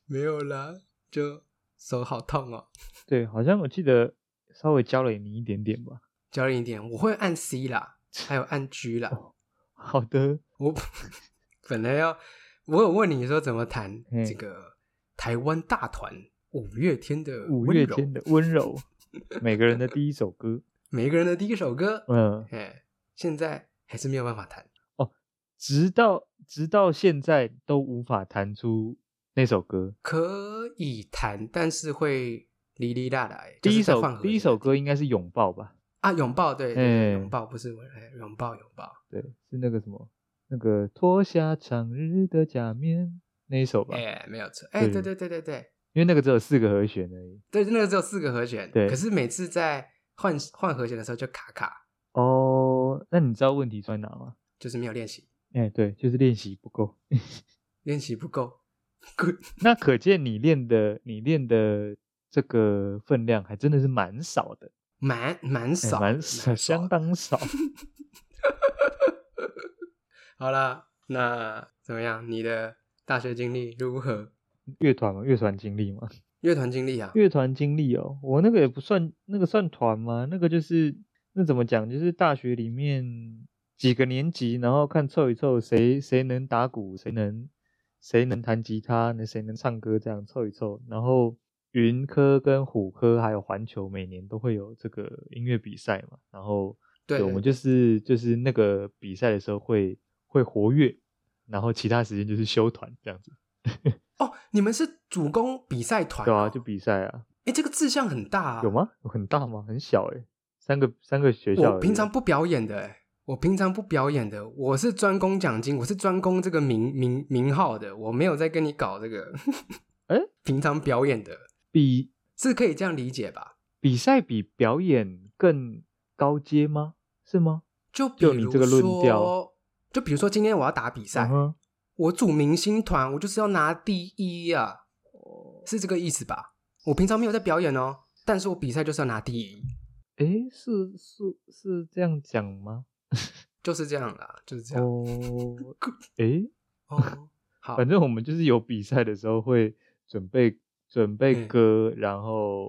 A: 没有啦，就手好痛哦。
B: 对，好像我记得稍微教了你一点点吧。
A: 教练一点，我会按 C 啦，还有按 G 啦。
B: 哦好的，
A: 我本来要，我有问你说怎么弹
B: 嗯
A: 这个台湾大团五月天的
B: 五
A: 温
B: 月
A: 柔
B: 天的温柔，每个人的第一首歌。
A: 每个人的第一首歌，
B: 嗯，
A: 哎，现在还是没有办法弹。
B: 直到直到现在都无法弹出那首歌。
A: 可以弹，但是会哩哩啦啦。哎
B: 第一
A: 就是在放
B: 首
A: 和
B: 第一
A: 弦
B: 首歌应该是《拥抱》吧？
A: 啊，拥抱，对，对对
B: 嗯
A: 拥抱不是我，哎拥抱，拥抱，
B: 对，是那个什么，那个脱下长日的假面，那一首吧，
A: 哎，没有错，哎，对
B: 对
A: 对对对对
B: 因为那个只有四个和弦而已。
A: 对，那个只有四个和弦，
B: 对
A: 可是每次在换换和弦的时候就卡卡，
B: 哦，那你知道问题在哪吗？
A: 就是没有练习，
B: 哎，对，就是练习不够。
A: 练习不够。Good，
B: 那可见你练的，你练的这个分量还真的是蛮少的，
A: 蛮蛮
B: 哎
A: 少，
B: 蛮少，相
A: 的。
B: 当 少。
A: 好啦，那怎么样？你的大学经历如何？
B: 乐团嘛，乐团经历嘛，
A: 乐团经历啊？
B: 乐团经历哦，我那个也不算，那个算团吗？那个就是那怎么讲，就是大学里面几个年级，然后看凑一凑，谁谁能打鼓，谁能谁能弹吉他，那谁能唱歌，这样凑一凑。然后云科跟虎科还有环球每年都会有这个音乐比赛嘛，然后
A: 对
B: 我们
A: 对
B: 就是就是那个比赛的时候会会活跃，然后其他时间就是休团这样子，
A: 哦，你们是主攻比赛团、
B: 对啊，就比赛啊。
A: 哎，这个志向很大啊。
B: 有？吗？ 很大吗？很小哎、三个三个学校而已。
A: 我平常不表演的、欸，我平常不表演的，我是专攻奖金，我是专攻这个名名名号的，我没有在跟你搞这个。
B: 诶
A: 平常表演的
B: 比
A: 是可以这样理解吧？
B: 比赛比表演更高阶吗？是吗？
A: 就比
B: 就
A: 如
B: 你这个论
A: 说
B: 调，
A: 就比如说今天我要打比赛
B: 嗯哼
A: 我组明星团，我就是要拿第一啊，是这个意思吧？我平常没有在表演哦，但是我比赛就是要拿第一，
B: 诶，是是是这样讲吗？
A: 就是这样啦，就是这样。哦，
B: 哦，诶，
A: 好，
B: 反正我们就是有比赛的时候会准备准备
A: 嗯
B: 歌，然后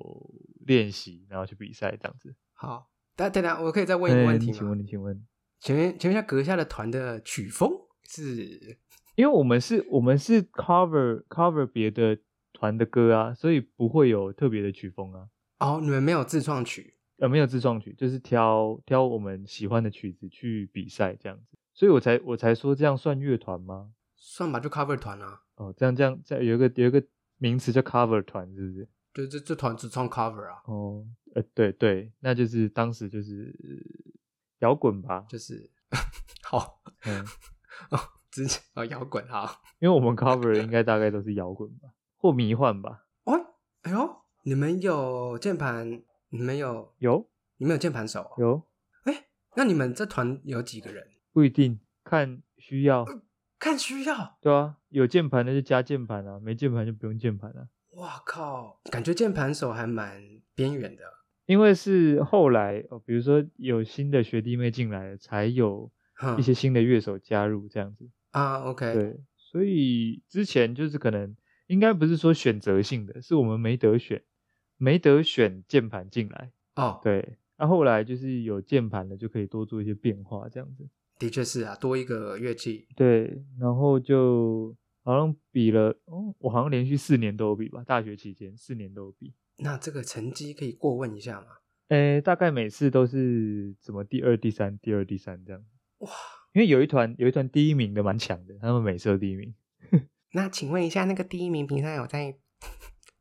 B: 练习，然后去比赛这样子。
A: 好，等等等，我可以再问一个问
B: 诶
A: 题
B: 请问
A: 吗？
B: 哎你，请问，
A: 请问请问一下阁下的团的曲风是
B: 因为我们是，我们是 cover cover 别的团的歌啊，所以不会有特别的曲风啊。
A: 哦，你们没有自创曲
B: 呃，没有自创曲，就是挑挑我们喜欢的曲子去比赛这样子，所以我才我才说这样算乐团吗？
A: 算吧，就 cover 团啊，
B: 哦，这样这样这样有一个有一个名词叫 cover 团，是不是？
A: 就这这团只唱 cover 啊，
B: 哦，呃，对对，那就是当时就是摇滚吧，
A: 就是 好
B: 嗯，
A: 哦，直接哦摇滚好
B: 因为我们 cover 的应该大概都是摇滚吧，或迷幻吧，
A: 哦，哎呦，你们有键盘，你们有
B: 有
A: 你们有键盘手、哦？
B: 有
A: 那你们这团有几个人？
B: 不一定看需要，
A: 看需要。
B: 对啊，有键盘的就加键盘啊，没键盘就不用键盘啊。
A: 哇靠，感觉键盘手还蛮边缘的
B: 因为是后来，哦，比如说有新的学弟妹进来了，才有
A: 哼
B: 一些新的乐手加入这样子。
A: 啊。OK，
B: 对，所以之前就是可能应该不是说选择性的，是我们没得选，没得选键盘进来。
A: 哦，
B: 对，那、后来就是有键盘了，就可以多做一些变化这样子。
A: 的确是啊，多一个乐器。
B: 对，然后就好像比了，哦，我好像连续四年都有比吧，大学期间四年都有比。
A: 那这个成绩可以过问一下吗？
B: 诶，大概每次都是怎么第二、第三、第二、第三这样。
A: 哇，
B: 因为有一团有一团第一名的蛮强的，他们每次都第一名。
A: 那请问一下，那个第一名平常有在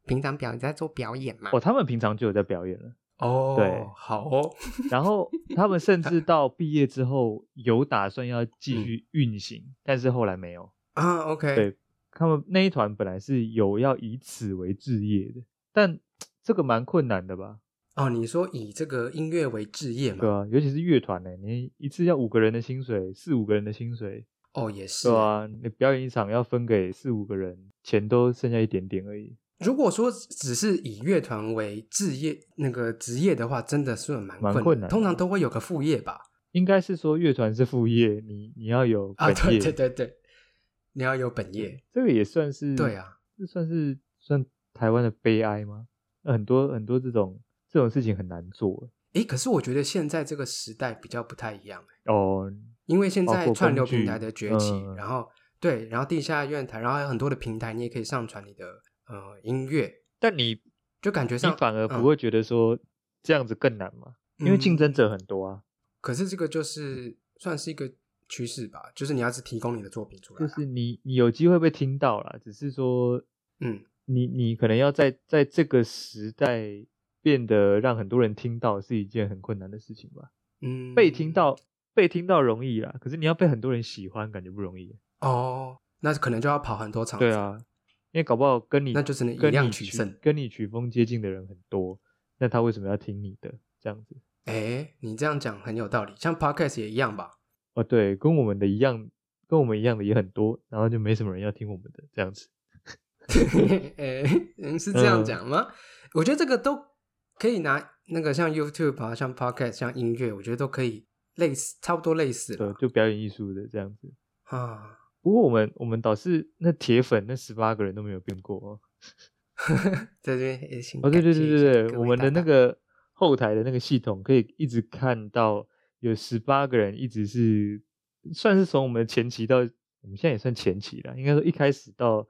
A: 平常表在做表演吗
B: 哦，？他们平常就有在表演了，
A: 哦
B: 对
A: 好哦，
B: 然后他们甚至到毕业之后有打算要
A: 嗯
B: 继续运行，但是后来没有。
A: 啊，OK，
B: 对他们那一团本来是有要以此为置业的，但这个蛮困难的吧？
A: 哦，你说以这个音乐为置业嘛？
B: 对啊，尤其是乐团呢，你一次要五个人的薪水，四五个人的薪水，
A: 哦，也是
B: 对。啊，你表演一场要分给四五个人，钱都剩下一点点而已。
A: 如果说只是以乐团为置业那个职业的话，真的是蛮
B: 蛮
A: 困
B: 困难的
A: 通常都会有个副业吧？
B: 应该是说乐团是副业，你你要有
A: 啊，
B: 本
A: 对
B: 业，
A: 对对对，你要有本业。
B: 这个也算是
A: 对，啊，
B: 这算是算台湾的悲哀吗？那很多很多这种这种事情很难做
A: 诶，可是我觉得现在这个时代比较不太一样，
B: 哦。
A: 因为现
B: 包
A: 在
B: 括
A: 串
B: 工
A: 流平
B: 具
A: 台的崛起，
B: 嗯
A: 然后对，然后地下乐坛，然后还有很多的平台，你也可以上传你的呃音乐，
B: 但你
A: 就感觉
B: 你
A: 上
B: 反而不
A: 嗯
B: 会觉得说这样子更难吗？因为竞争者很多啊，
A: 可是这个就是算是一个趋势吧，就是你要是提供你的作品出来
B: 就
A: 啊，
B: 是你你有机会被听到啦，只是说
A: 嗯，
B: 你你可能要在在这个时代变得让很多人听到是一件很困难的事情吧。
A: 嗯
B: 被听到被听到容易啦，可是你要被很多人喜欢，感觉不容易。
A: 哦。那可能就要跑很多场。
B: 对，啊，因为搞不好跟你
A: 那就只能以
B: 跟
A: 量
B: 你
A: 取
B: 曲
A: 胜
B: 跟你曲风接近的人很多，那他为什么要听你的这样子？
A: 哎，你这样讲很有道理，像 podcast 也一样吧？
B: 哦，对，跟我们的一样，跟我们一样的也很多，然后就没什么人要听我们的这样子。
A: 哎， 嗯是这样
B: 嗯
A: 讲吗？我觉得这个都可以拿那个像 YouTube 啊，像 podcast，像音乐，我觉得都可以类似，差不多类似
B: 对
A: 了，
B: 就表演艺术的这样子。
A: 啊。
B: 不过我们我们导师那铁粉那十八个人都没有变过哦。
A: 在这边也请
B: 哦，对对
A: 感谢
B: 对
A: 一下
B: 对
A: 各
B: 对，
A: 位
B: 我们的
A: 大
B: 那
A: 大
B: 个后台的那个系统可以一直看到有十八个人一直是算是从我们前期到我们现在也算前期了，应该说一开始到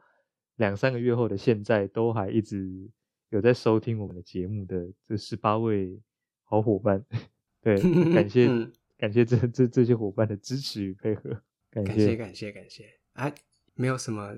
B: 两三个月后的现在都还一直有在收听我们的节目的这十八位好伙伴， 对， 感谢、
A: 嗯
B: 感谢这这这些伙伴的支持与配合，感
A: 感谢感谢感谢啊，没有什么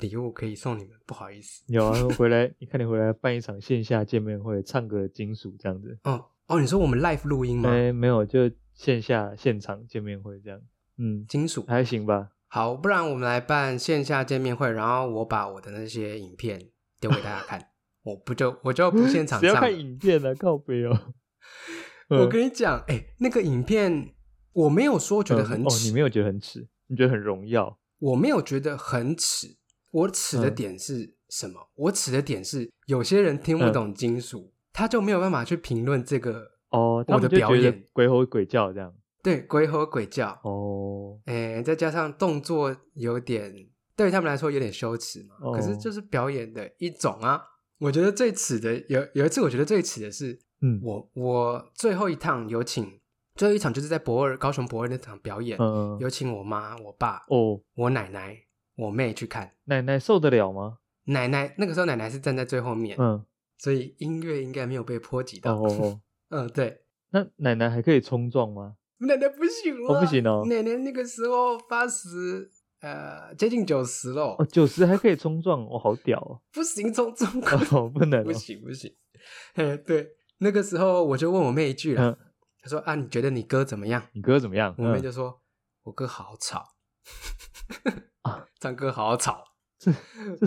A: 礼物可以送你们，不好意思。
B: 有啊，回来你看你回来办一场线下见面会，唱个金属这样子。
A: 哦哦，你说我们 live 录音吗？
B: 哎、没有，就线下现场见面会这样。嗯，
A: 金属
B: 还行吧。
A: 好，不然我们来办线下见面会，然后我把我的那些影片丢给大家 看，我不就我就不现场
B: 谁要
A: 唱
B: 看
A: 了。
B: 影 片啊？靠北哦。
A: 我
B: 嗯
A: 跟你讲，哎、那个影片我没有说觉得
B: 嗯
A: 很
B: 哦，
A: 耻、
B: 你没有觉得很耻，你觉得很荣耀。
A: 我没有觉得很耻，我耻的
B: 嗯
A: 点是什么？我耻的点是有些人听不
B: 嗯
A: 懂金属，他就没有办法去评论这个
B: 哦，他
A: 我
B: 们
A: 的
B: 就觉
A: 表
B: 得
A: 演，
B: 鬼吼鬼叫这样。
A: 对鬼吼鬼叫，
B: 哦，
A: 哎、再加上动作有点对他们来说有点羞耻嘛，可是
B: 哦
A: 就是表演的一种啊。我觉得最耻的有有一次，我觉得最耻的是
B: 嗯，
A: 我我最后一趟有请最后一场就是在博尔高雄博尔那场表演，
B: 嗯，
A: 有请我妈、我爸、
B: 哦，
A: 我奶奶、我妹去看。
B: 奶奶受得了吗？
A: 奶奶那个时候奶奶是站在最后面，
B: 嗯，
A: 所以音乐应该没有被波及
B: 哦
A: 到。
B: 哦哦，
A: 嗯，对，
B: 那奶奶还可以冲撞吗？
A: 奶奶不行了，
B: 哦不行哦
A: 奶奶那个时候八十，呃，接近九十了，
B: 哦，九十还可以冲撞，哦，好屌 哦！
A: 不行，从中国、
B: 哦，不能、哦
A: 不，行不行。哎，对，那个时候我就问我妹一句了
B: 嗯，
A: 她说啊，你觉得你哥怎么样？
B: 你哥怎么样？
A: 我妹
B: 嗯
A: 就说，我哥好吵
B: 啊，
A: 唱歌好吵，
B: 这 这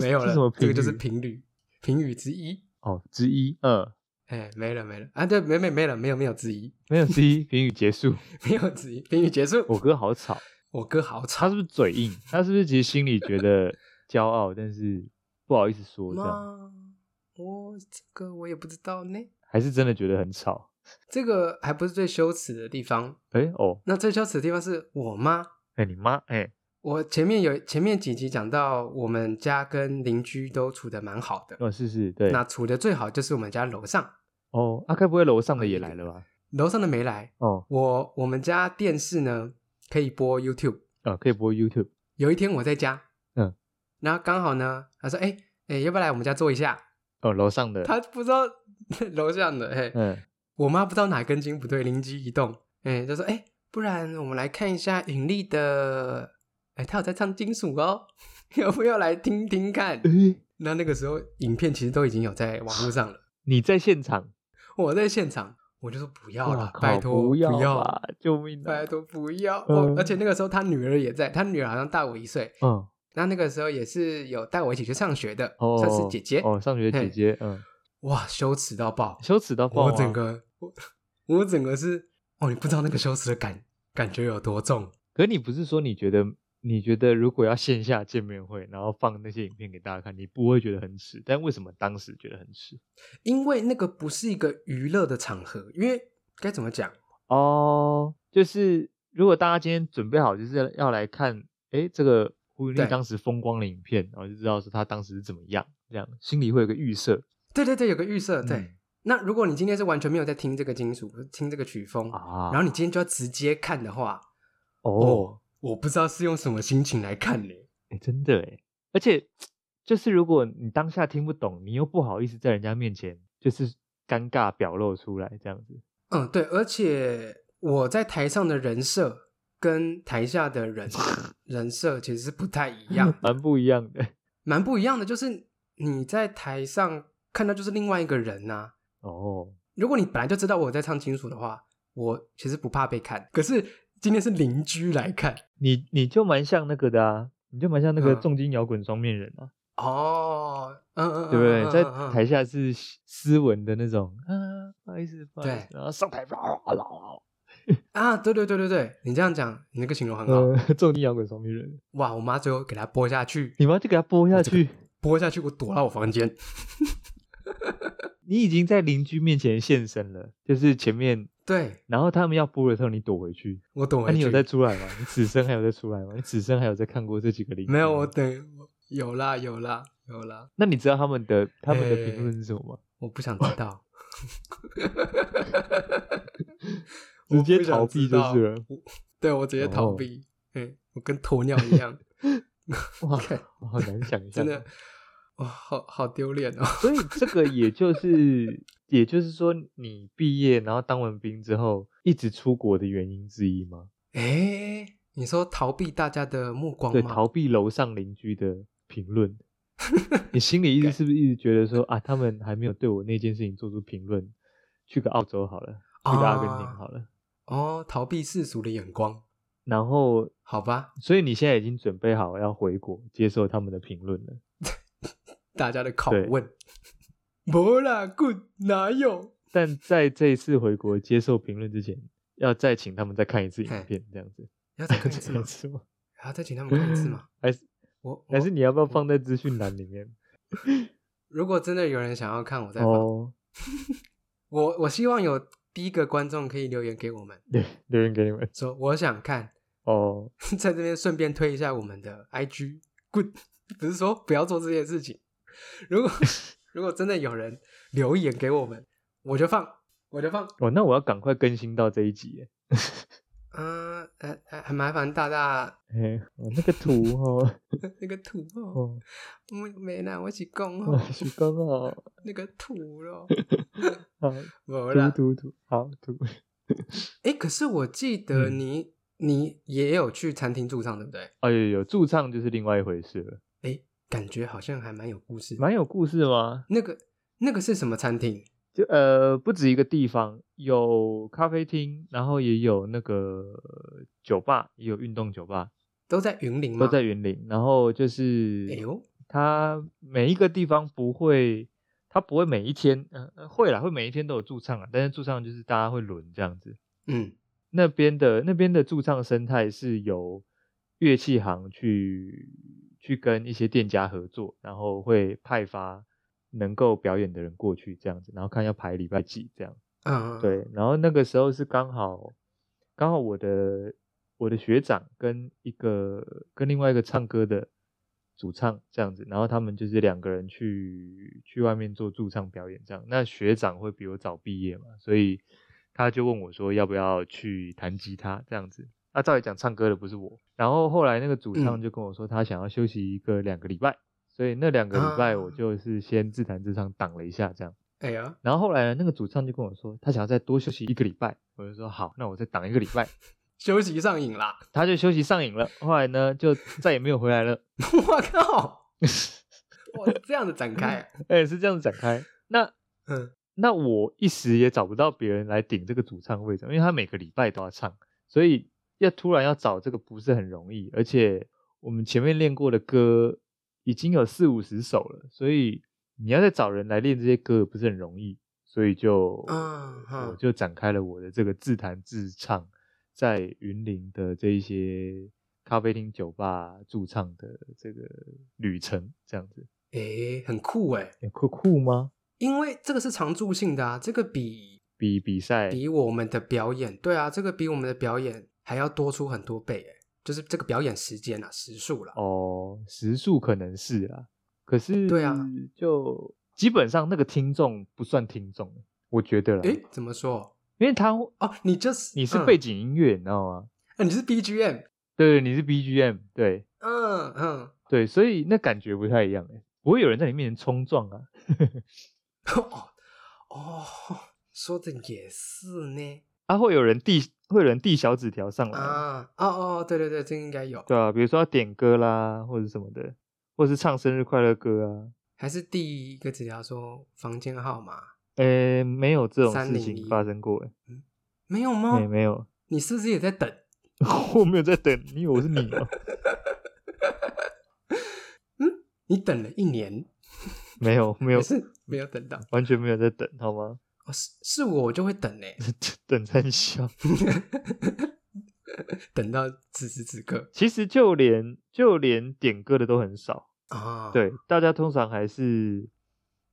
A: 没有
B: 这
A: 了
B: 什么，
A: 这个
B: 评
A: 就是
B: 语
A: 评语，评语之一。
B: 哦之一，嗯，
A: 哎，没了没了啊，对，没没没了，没有没有之一，
B: 没有 之一，评语结束。
A: 没有之一，评语结束。
B: 我哥好吵，
A: 我哥好哦吵
B: 他是不是嘴硬？ 他是不是其实心里觉得骄傲，但是不好意思说这样，
A: 吗？我这个我也不知道呢。
B: 还是真的觉得很吵？
A: 这个还不是最羞耻的地方，
B: 哎、哦，
A: 那最羞耻的地方是我妈。
B: 哎、你妈哎、
A: 我前面有前面几集讲到，我们家跟邻居都处的蛮好的，
B: 哦是是，对，
A: 那处的最好就是我们家楼上，
B: 哦，啊，该不会楼上的也来了吧？啊
A: 楼上的没来。
B: 哦，
A: 我我们家电视呢可以播 YouTube。
B: 啊，可以播 YouTube，
A: 有一天我在家，
B: 嗯，
A: 然后刚好呢，他说：“哎、哎、要不要来我们家坐一下
B: 哦，楼上？”的，
A: 他不知道 楼上的，嘿，
B: 嗯，
A: 我妈不知道哪根筋不对，灵机一动，哎、就说：“哎、不然我们来看一下引力的，哎、她有在唱金属哦， 要不要来听听看？”
B: 诶
A: 那那个时候影片其实都已经有在网络上了，
B: 你在现场？
A: 我在现场我就说不要
B: 哇
A: 了，
B: 靠
A: 拜托
B: 不
A: 要，
B: 要啊！救命啊！
A: 拜托不要、
B: 嗯
A: 哦而且那个时候他女儿也在，他女儿好像大我一岁，
B: 嗯，
A: 那那个时候也是有带我一起去上学的，
B: 哦，
A: 算是姐姐。
B: 哦，上学姐
A: 嘿
B: 姐，嗯，
A: 哇，羞耻到爆！
B: 羞耻到爆
A: 我
B: 啊！
A: 整个我我整个是哦，你不知道那个羞耻的感感觉有多重。
B: 可你不是说你觉得你觉得如果要线下见面会，然后放那些影片给大家看，你不会觉得很耻？但为什么当时觉得很耻？
A: 因为那个不是一个娱乐的场合，因为该怎么讲？
B: 哦，就是如果大家今天准备好就是要来看，哎，这个胡云丽
A: 对
B: 当时风光的影片，然后就知道说他当时是怎么样，这样心里会有个预设。
A: 对对对，有个预设。呃对，
B: 嗯
A: 那如果你今天是完全没有在听这个金属，听这个曲风，
B: 啊，
A: 然后你今天就要直接看的话，
B: 哦，
A: 哦，我不知道是用什么心情来看呢。
B: 哎，真的哎，而且就是如果你当下听不懂，你又不好意思在人家面前就是尴尬表露出来这样子。
A: 嗯，对，而且我在台上的人设跟台下的 人人设其实是不太一样，
B: 蛮不一样的
A: 蛮不一样的。就是你在台上看到就是另外一个人呐、
B: 哦，
A: 如果你本来就知道我在唱金属的话，我其实不怕被看。可是今天是邻居来看，
B: 你你就蛮像那个的啊，你就蛮像那个
A: 嗯
B: 重金摇滚双面人啊，
A: 哦，嗯嗯，嗯
B: 对不对？
A: 嗯
B: 在
A: 嗯嗯
B: 台下是斯文的那种啊，不好意思，不好意
A: 对
B: 思，然后上台啦啦啦啦，
A: 啊，对对对对对，你这样讲，你那个形容很好。
B: 呃， 重金摇滚双面人，
A: 哇，我妈最后给他播下去，
B: 你妈就给他播下
A: 我这个
B: 去，
A: 播下去，我躲到我房间。
B: 你已经在邻居面前现身了，就是前面，
A: 对
B: 然后他们要播的时候你躲回去，
A: 我躲
B: 那、
A: 回
B: 你
A: 去。
B: 有再出来吗？你此生还有再出来吗？你此生还有再看过这几个邻居？
A: 没有，我。等有啦有啦有啦，
B: 那你知道他们的他们的
A: 诶
B: 评论是什么吗？
A: 我不想知 道。
B: 直接
A: 我不想
B: 逃
A: 知
B: 避
A: 道
B: 就是了。
A: 我对，我直接逃
B: 哦
A: 避。嗯、我跟鸵鸟一 样，
B: 哇，我好难想象，哦
A: 真的，哇，好好丢脸哦。
B: 所以这个也就是，也就是说，你毕业然后当完兵之后，一直出国的原因之一吗？
A: 哎，你说逃避大家的目光
B: 对，
A: 吗？
B: 逃避楼上邻居的评 论。你心里一直是不是一直觉得说啊，他们还没有对我那件事情做出评论？去个澳洲好了，去个阿根廷
A: 啊
B: 好了。
A: 哦，逃避世俗的眼光，
B: 然后，
A: 好吧，
B: 所以你现在已经准备好要回国接受他们的评论了。
A: 大家的
B: 对
A: 拷问。 不啦，good 哪有？
B: 但在这一次回国接受评论之前，要再请他们再看一次影
A: 嘿
B: 片，这样子。
A: 要再看一次
B: 这
A: 吗
B: 样？子吗？
A: 还要再请他们看一次吗？
B: 还是
A: 我
B: 还是
A: 我
B: 你要不要放在资讯栏里面？
A: 如果真的有人想要看，我再放。
B: 哦，
A: 我我希望有第一个观众可以留言给我们，
B: 对，留言给你们。
A: 说我想看。
B: 哦，
A: 在这边顺便推一下我们的 IG Good，不是 说不要做这件事情。如 果如果真的有人留言给我们，我就放，我就放。
B: 哦，那我要赶快更新到这一集耶。
A: 嗯、呃，还还麻烦大大
B: 嘿，哦那个图哦，
A: 那个图哦，
B: 哦，
A: 没没啦，我是讲
B: 哦
A: 哦，
B: 是刚好，
A: 那个图 咯，
B: 好，
A: 没啦
B: 图。图图，好图。
A: 哎、可是我记得
B: 嗯
A: 你、你也有去餐厅驻唱，对不对？
B: 哦，有有驻唱就是另外一回事了，
A: 哎、感觉好像还蛮有故事。
B: 蛮有故事吗？
A: 那个那个是什么餐厅？
B: 就呃，不止一个地方，有咖啡厅，然后也有那个呃酒吧，也有运动酒吧，
A: 都在云林吗？
B: 都在。云林。然后就是，
A: 哎呦，
B: 它每一个地方不会，它不会每一天，呃，呃会啦，会每一天都有驻唱啊，但是驻唱就是大家会轮这样子。
A: 嗯，
B: 那边的那边的驻唱生态是由乐器行去去跟一些店家合作，然后会派发能够表演的人过去这样子，然后看要排礼拜几这样。
A: 嗯，
B: 对，然后那个时候是刚好刚好我的我的学长跟一个跟另外一个唱歌的主唱这样子，然后他们就是两个人去去外面做驻唱表演这样。那学长会比我早毕业嘛，所以他就问我说要不要去弹吉他这样子。那、照理讲唱歌的不是我，然后后来那个主唱
A: 嗯
B: 就跟我说他想要休息一个两个礼拜，所以那两个礼拜我
A: 啊
B: 就是先自弹自唱挡了一下这样。
A: 哎呀，
B: 然后后来呢，那个主唱就跟我说，他想要再多休息一个礼拜，我就说好，那我再挡一个礼拜，
A: 休息上瘾啦！
B: 他就休息上瘾了。后来呢，就再也没有回来了。
A: 我靠，哇，这样的展开，啊
B: 哎，是这样子展开。那
A: 嗯，
B: 那我一时也找不到别人来顶这个主唱位置，因为他每个礼拜都要唱，所以要突然要找这个不是很容易。而且我们前面练过的歌已经有四五十首了，所以你要再找人来练这些歌也不是很容易，所以就
A: 嗯嗯
B: 我就展开了我的这个自弹自唱，在云林的这一些咖啡厅、酒吧驻唱的这个旅程，这样子
A: 诶、哎很酷诶、
B: 有酷酷吗？
A: 因为这个是常驻性的啊，这个比
B: 比比赛
A: 比我们的表演，对啊，这个比我们的表演还要多出很多倍诶、哎就是这个表演时间啊，时数啦。
B: 哦，时数可能是啦，可是
A: 对啊，
B: 就基本上那个听众不算听众，我觉得啦，
A: 诶、怎么说？
B: 因为他
A: 哦，你就是
B: 你是
A: 嗯
B: 背景音乐，你知道吗？
A: 啊你是 BGM，
B: 对，你是 BGM，对
A: 嗯嗯，
B: 对，所以那感觉不太一样哎，不会有人在你面前冲撞啊，
A: 哦哦，说的也是呢。
B: 啊，会有人递会有人递小纸条上来啊，
A: 啊，哦哦，对对对，这个应该有，
B: 对啊，比如说要点歌啦，或者什么的，或者是唱生日快乐歌啊，
A: 还是第一个纸条说房间号码
B: 诶，没有这种事情
A: 301
B: 发生过哎，
A: 没有吗？
B: 没没有，
A: 你是不是也在等？
B: 我没有在等你，以为我是你哦。
A: 你等了一年，
B: 没有没有
A: 也是没有等到。
B: 完全没有在等，好吗？
A: 哦、是是我，我就会等嘞、
B: 等三小。
A: 等到此时此刻
B: 其实就连就连点歌的都很少，
A: 啊，
B: 对，大家通常还是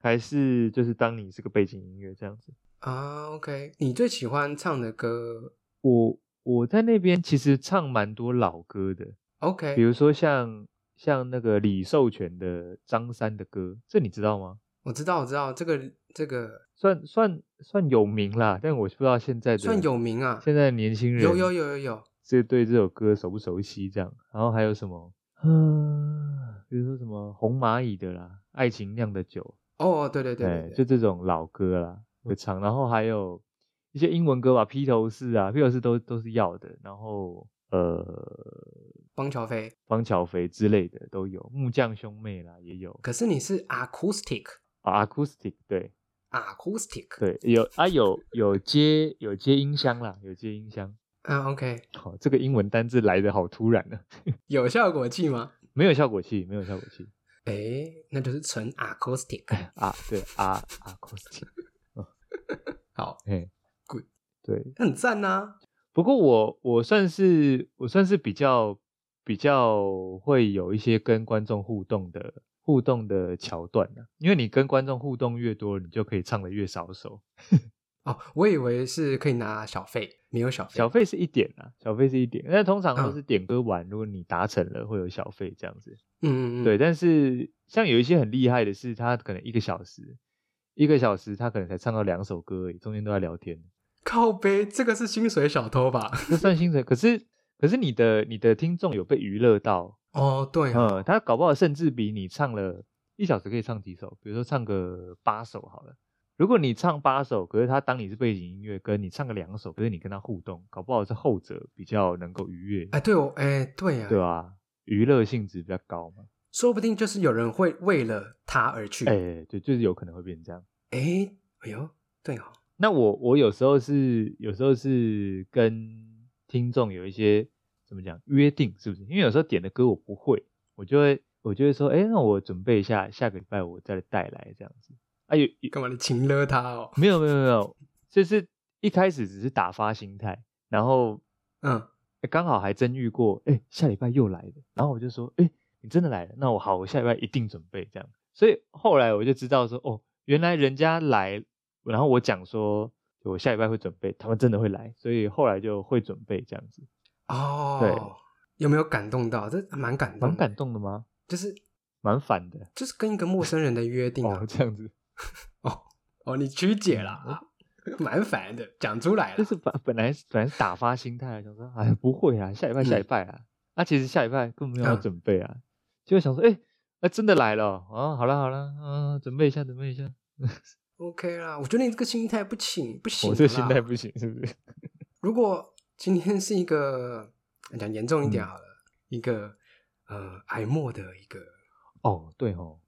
B: 还是就是当你是个背景音乐这样子。
A: 啊，OK，你最喜欢唱的歌
B: 我我在那边其实唱蛮多老歌的，
A: ，OK，
B: 比如说像像那个李寿全的张三的歌，这你知道吗？
A: 我知道，我知道这个这个
B: 算算算有名啦，但我不知道现在的
A: 算有名啊，
B: 现在的年轻人
A: 有有有有有，
B: 这对这首歌熟不熟悉这样。然后还有什么？嗯，比如说什么红蚂蚁的啦，《爱情酿的酒
A: 哦，对对》，对
B: 哎
A: 对，对嗯
B: 就这种老歌啦会唱。然后还有一些英文歌吧，披头士啊，披头士都都是要的。然后呃，
A: 邦乔飞。
B: 方乔飞之类的都有，木匠兄妹啦也有
A: 可是你是 acoustic
B: 啊，acoustic 对
A: acoustic，
B: 对有啊有有接有接音箱啦，有接音箱。
A: 啊，OK，
B: 好、这个英文单字来的好突然呢、
A: 有效果器吗？
B: 没有效果器，没有效果器。
A: 诶，那就是纯 acoustic。
B: 啊，对啊啊 c o s t
A: 好，
B: 嘿
A: Good
B: 对。
A: 很赞啊呐、
B: 不过我我算是我算是比较比较会有一些跟观众互动的互动的桥段啊，因为你跟观众互动越多，你就可以唱的越少手。
A: 哦，我以为是可以拿小费，没有小费。
B: 小费是一点啊，小费是一点，但通常都
A: 嗯
B: 是点歌完，如果你达成了会有小费这样子。
A: 嗯，嗯嗯，
B: 对，但是像有一些很厉害的是，他可能一个小时。一个小时，他可能才唱到两首歌而已，中间都在聊天。
A: 靠背，这个是薪水小偷吧？
B: 这算薪水。可是可是你的你的听众有被娱乐到，
A: 哦，对啊，
B: 嗯，他搞不好甚至比你唱了一小时可以唱几首，比如说唱个八首好了。如果你唱八首，可是他当你是背景音乐，跟你唱个两首，可是你跟他互动，搞不好是后者比较能够愉悦，
A: 哎，对哦，哎，对啊，
B: 对吧、娱乐性质比较高嘛，
A: 说不定就是有人会为了他而去。
B: 哎、对，就是有可能会变成这样。
A: 哎，哎呦，对哦，
B: 那我我有时候是有时候是跟听众有一些怎么讲约定，是不是？因为有时候点的歌我不会，我就会我就会说，哎、那我准备一下，下个礼拜我再带来这样子。啊，有有
A: 干嘛你请了他哦？
B: 没有没有没有，就是一开始只是打发心态，然后
A: 嗯，
B: 诶刚好还真遇过，哎、下礼拜又来了，然后我就说，哎、你真的来了，那我好，我下礼拜一定准备这样。所以后来我就知道说，哦，原来人家来，然后我讲说我下礼拜会准备，他们真的会来，所以后来就会准备这样子，
A: 哦，有没有感动到？这蛮感动，
B: 蛮感，动的吗？
A: 就是
B: 蛮反的
A: 就是跟一个陌生人的约定啊
B: 哦，。这样子
A: 哦，你曲解啦，蛮烦的，讲出来
B: 嗯就
A: 了。
B: 是本本来是本来是打发心态，想说哎不会啊，下礼拜下礼拜啊，那、其实下礼拜根本没有要
A: 嗯
B: 准备啊，结果想说哎啊真的来了哦啊，好了好了，嗯、准备一下准备一下，
A: OK 啦，我觉得你这个心态不行，不行。
B: 我这心态，不行是不是？
A: 如果今天是一个讲严重一点
B: 嗯
A: 好了，一个呃癌末的一个，
B: 哦对哦，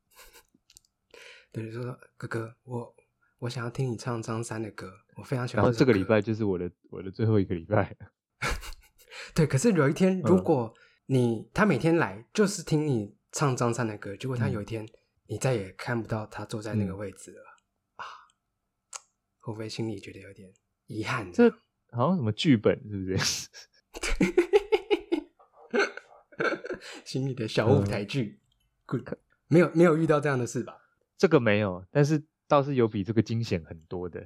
A: 比如说哥哥，我我想要听你唱张三的歌，我非常喜
B: 然
A: 欢。
B: 后这个礼拜就是我的我的最后一个礼拜，
A: 对，可是有一天，如
B: 嗯
A: 果你、他每天来就是听你唱张三的歌，结果他有一天、你再也看不到他坐在那个
B: 嗯
A: 位置了、啊，会不会心里觉得有点遗憾呢？
B: 这好像什么剧本是不是？
A: 心里的小舞
B: 嗯
A: 台剧、g o o d 没有没有遇到这样的事吧？
B: 这个没有，但是倒是有比这个惊险很多的。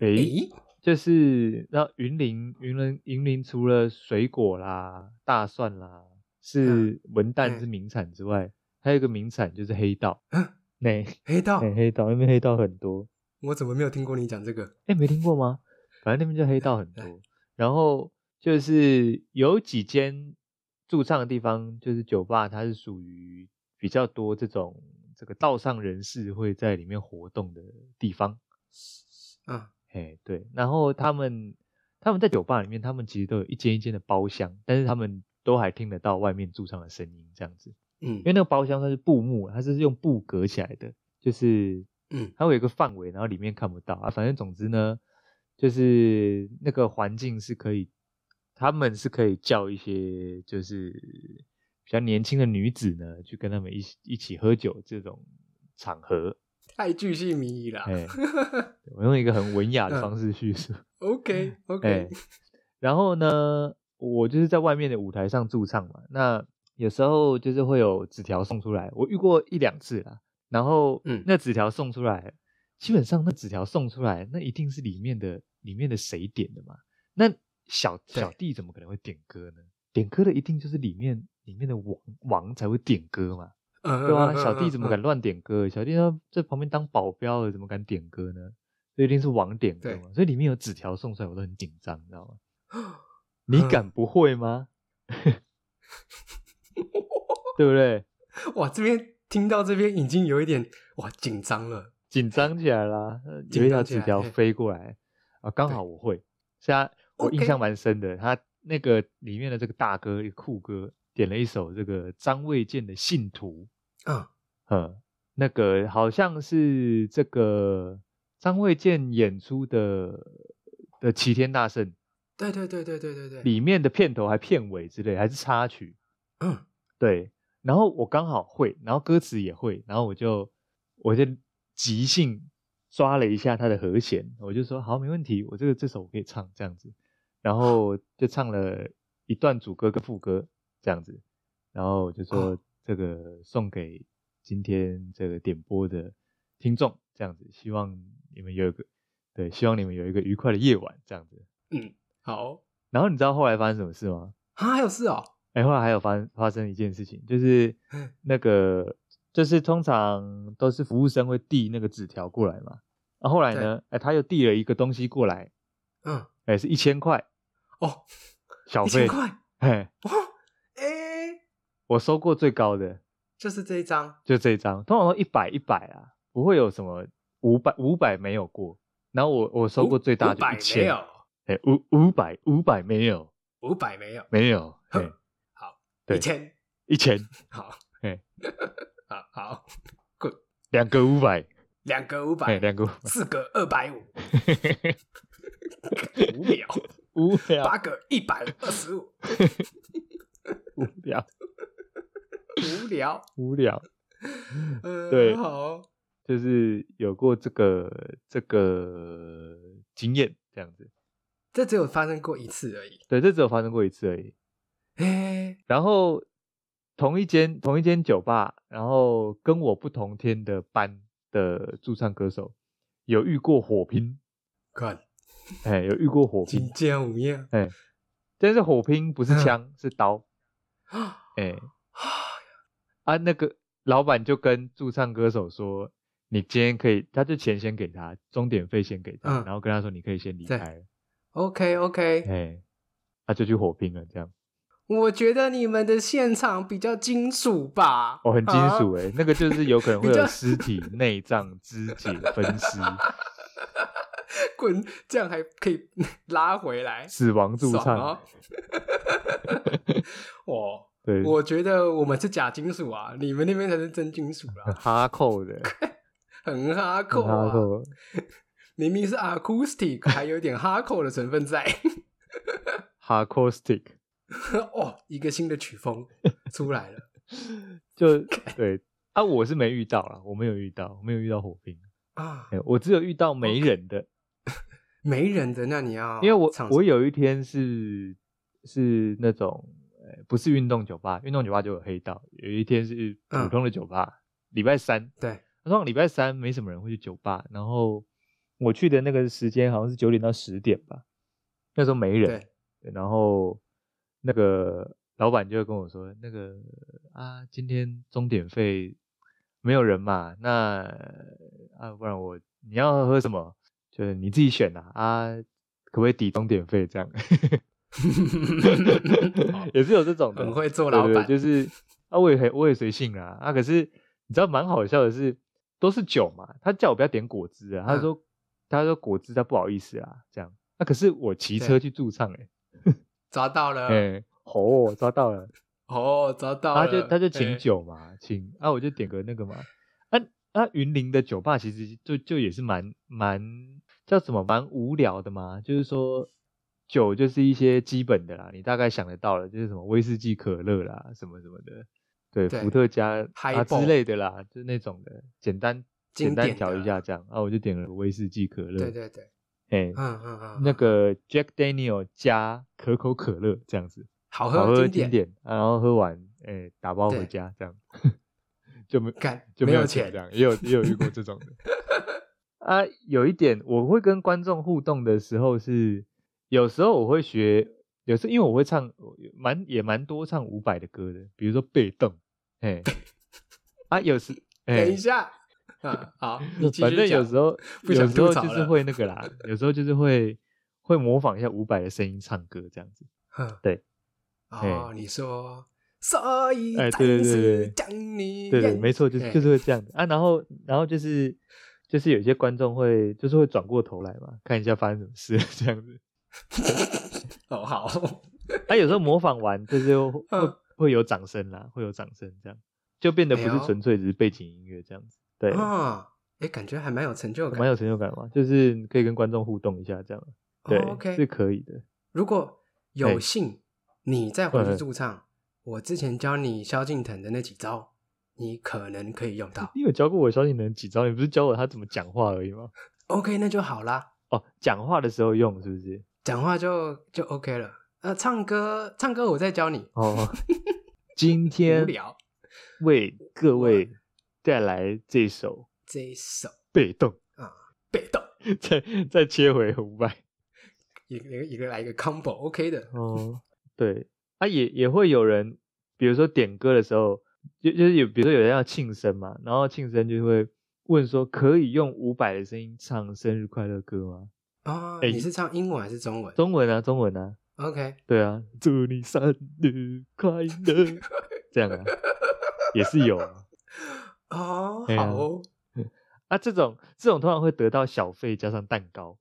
B: 诶、
A: 诶、
B: 就是那云林，云林，云林除了水果啦、大蒜啦是文旦
A: 嗯
B: 是名产之外，还有一个名产就是黑道。
A: 啊
B: 那、
A: 黑道，
B: 嘿黑道那边黑道很多，
A: 我怎么没有听过你讲这个？
B: 哎，没听过吗？反正那边就黑道很多。然后就是有几间驻唱的地方，就是酒吧，它是属于比较多这种这个道上人士会在里面活动的地方。
A: 啊，
B: 哎，对，然后他们他们在酒吧里面，他们其实都有一间一间的包厢，但是他们都还听得到外面驻唱的声音，这样子。
A: 嗯
B: 因为那个包厢算是布幕，它是用布隔起来的，就是
A: 嗯
B: 它会有一个范围，然后里面看不到啊。反正总之呢，就是那个环境是可以，他们是可以叫一些就是比较年轻的女子呢，去跟他们一起一起喝酒这种场合。
A: 太巨细靡遗了。
B: 哎我用一个很文雅的方式叙述。
A: OK
B: 哎
A: OK，，
B: 然后呢，我就是在外面的舞台上驻唱嘛，那有时候就是会有纸条送出来，我遇过一两次啦。然后，
A: 嗯
B: 那纸条送出来，基本上那纸条送出来，那一定是里面的里面的谁点的嘛？那小小弟怎么可能会点歌呢？点歌的一定就是里面里面的王王才会点歌嘛。
A: 嗯
B: 对啊，小弟怎么敢？乱点歌？小弟他在旁边当保镖的，怎么敢点歌呢？所以一定是网点歌嘛。所以里面有纸条送出来，我都很紧张，你知道吗？
A: 嗯
B: 你敢不会吗？ 对不对？
A: 嗯嗯哇，这边听到这边已经有一点哇紧张了。
B: 紧张起来啦，呃有一
A: 紧
B: 条
A: 张起
B: 纸
A: 来
B: 条
A: 嘿
B: 飞过来啊，刚好我会，是啊，我印
A: OK
B: 象蛮深的。他那个里面的这个大哥，一个酷哥，点了一首这个张卫健的《信徒》。
A: 嗯，
B: 嗯，那个好像是这个张卫健演出的的《齐天大圣》
A: 对对对对对对对，
B: 里面的片头还片尾之类，还是插曲。
A: 嗯
B: 对，然后我刚好会，然后歌词也会，然后我就我就即兴抓了一下它的和弦，我就说好，没问题，我这个这首我可以唱这样子，然后就唱了一段主歌跟副歌这样子，然后我就说这个送给今天这个点播的听众这样子，希望你们有一个对，希望你们有一个愉快的夜晚这样子。
A: 嗯，好
B: 然后你知道后来发生什么事吗？
A: 啊，还有事哦，
B: 哎，后来还有发发生一件事情，就是
A: 嗯
B: 那个，就是通常都是服务生会递那个纸条过来嘛。然后后来呢，哎，他又递了一个东西过来，
A: 嗯
B: 哎，是一千块
A: 哦，
B: 小
A: 一
B: 费
A: 千。块
B: 嘿，
A: 哇，哎，
B: 我收过最高的
A: 就是这一张，
B: 就这一张，通常都一百一百啊，不会有什么五百五百没有过。然后我我收过最大
A: 五百
B: 的一
A: 没
B: 千，
A: 有，
B: 哎，五五百五百没有
A: 五百没有，
B: 没有，嘿
A: 哼，
B: 对
A: 一千，
B: 一千
A: 好，
B: 嘿，
A: 好好，
B: 两个五百，
A: 两个五
B: 哎，
A: 百，
B: 两个五百，
A: 四个二百五，无聊，
B: 无聊
A: 八个一百二十五，
B: 无聊
A: 无聊，
B: 无聊。
A: 嗯，
B: 对
A: 好，
B: 就是有过这个这个经验这样子。
A: 这只有发生过一次而已，
B: 对，这只有发生过一次而已。
A: 哎，
B: 然后同一间同一间酒吧，然后跟我不同天的班的驻唱歌手有遇过火拼，
A: 看，
B: 哎，有遇过火
A: 金
B: 拼，
A: 剑无恙
B: 哎，但是火拼不是
A: 嗯
B: 枪、是刀，
A: 啊，
B: 哎啊，那个老板就跟驻唱歌手说。你今天可以，他就钱先给他，钟点费先给他，
A: 嗯
B: 然后跟他说你可以先离
A: 对
B: 开了。
A: OK OK，
B: 哎，他就去火拼了，这样
A: 我觉得你们的现场比较金属吧，
B: 哦，很金
A: 啊
B: 属哎、那个就是有可能
A: 比
B: 会有
A: 较
B: 尸体、内脏、肢解分尸、
A: 滚，这样还可以拉回来，
B: 死亡驻
A: 爽
B: 唱，
A: 哦！ 哦，
B: 对，
A: 我觉得我们是假金属啊，你们那边才是真金属啦
B: 很，哈扣的，
A: 很哈
B: 很
A: 扣
B: 哈
A: 啊，
B: 扣，
A: 明明是 acoustic，还有一点哈扣的成分在。
B: 哈扣 stick，
A: 哦，一个新的曲风出来了
B: 就对啊，我是没遇到啦，我没有遇到，我没有遇到火拼，
A: 啊！
B: 哎我只有遇到没人的，
A: 没人的，那你要
B: 因为我
A: 唱什么
B: 我有一天是是那种。呃不是运动酒吧，运动酒吧就有黑道。有一天是普
A: 嗯
B: 通的酒吧，礼、拜三，
A: 对
B: 通常礼拜三没什么人会去酒吧，然后我去的那个时间好像是九点到十点吧，那时候没人。
A: 对
B: 对然后那个老板就跟我说，那个啊，今天钟点费没有人嘛，那啊，不然我你要喝什么，就是你自己选啦啊，可不可以抵钟点费这样？ 也是有这种的，
A: 很会做
B: 对
A: 老
B: 对
A: 板，
B: 就是啊，我也很我也随性啦啊。可是你知道蛮好笑的是，都是酒嘛，他叫我不要点果汁啊，他
A: 嗯
B: 说、他说果汁他不好意思啊，这样。那、可是我骑
A: 对
B: 车去驻唱哎、
A: 抓到了
B: 欸，哎、哦，抓到了，
A: 哦，抓嗯到
B: 他
A: 了，
B: 就他就请
A: 哎，
B: 酒嘛，请啊，我就点个那个嘛，啊啊，云林的酒吧其实就就也是蛮蛮叫什么蛮无聊的嘛，就是说酒就是一些基本的啦，你大概想得到了，就是什么威士忌、可乐啦，什么什么的，对，
A: 对
B: 伏特加啊
A: Highball
B: 之类的啦，就是那种的，简单简
A: 经典
B: 单
A: 的
B: 调一下这样啊，我就点了威士忌、可乐，
A: 对对对，
B: 哎，
A: 嗯嗯嗯，
B: 那个 Jack Daniel 加可口可乐这样子，
A: 好
B: 好喝
A: 喝
B: 经
A: 典，
B: 典，啊然后喝完，哎，打包回
A: 对
B: 家这样， 就没
A: 看
B: 就
A: 没
B: 有
A: 钱
B: 这，样，也有也有遇过这 种的。啊，有一点我会跟观众互动的时候是，有时候我会学，有时候因为我会唱蛮也蛮多唱伍佰的歌的，比如说《被动》，哎，啊 有时哎
A: 等一，下，啊 好，你继
B: 反
A: 续
B: 正有
A: 讲
B: 时候
A: 不
B: 有
A: 想
B: 时候
A: 吐槽
B: 就是
A: 了
B: 会那个啦，有时候就是会会模仿一下伍佰的声音唱歌这样子。
A: 哼
B: 对，
A: 嗯哦，你说，所以
B: 哎
A: 暂
B: 对对对
A: 时
B: 对
A: 将你
B: 对对，
A: 眼
B: 没错，就是就是
A: 哎
B: 会这样的啊。然后然后就是就是有些观众会就是会转过头来嘛，看一下发生什么事 这样子。
A: 哦好，
B: 他、有时候模仿完就是会、
A: 嗯
B: 会有掌声啦，会有掌声这样，就变得不
A: 哎
B: 是
A: 呦
B: 纯粹只是背景音乐这样子。对，
A: 啊，哎，感觉还蛮有成就感，
B: 蛮有成就感嘛，就是可以跟观众互动一下这样。对、
A: 哦
B: 是
A: ，OK，
B: 可以的。
A: 如果有
B: 哎
A: 幸你再回
B: 嗯
A: 去驻唱，我之前教你萧敬腾的那几招，你可能可以用 到
B: 你有教过我小技能几招？你不是教我他怎么讲话而已吗？
A: ，OK，那就好啦，
B: 哦，讲话的时候用是不是？
A: 讲话就就 OK 了。呃，唱歌，唱歌我再教你，
B: 哦， 今
A: 无
B: 天
A: 聊
B: 为各
A: 我
B: 位带来这首
A: 这一首
B: 被动，
A: 被动，
B: 再再切回五百
A: 一个一个来一个 combo，OK 的，
B: 哦， 对啊，也也会有人，比如说点歌的时候，就就是有，比如说有人要庆生嘛，然后庆生就会问说，可以用伍佰的声音唱生日快乐歌吗？
A: 啊、
B: 哎
A: 你是唱英文还是中文
B: 中文啊，中文啊，
A: ？OK，
B: 对啊，祝你生日快乐， 这样啊，也是有啊。
A: 哦，
B: 哎呀
A: 好哦
B: 啊，这种这种通常会得到小费加上蛋糕，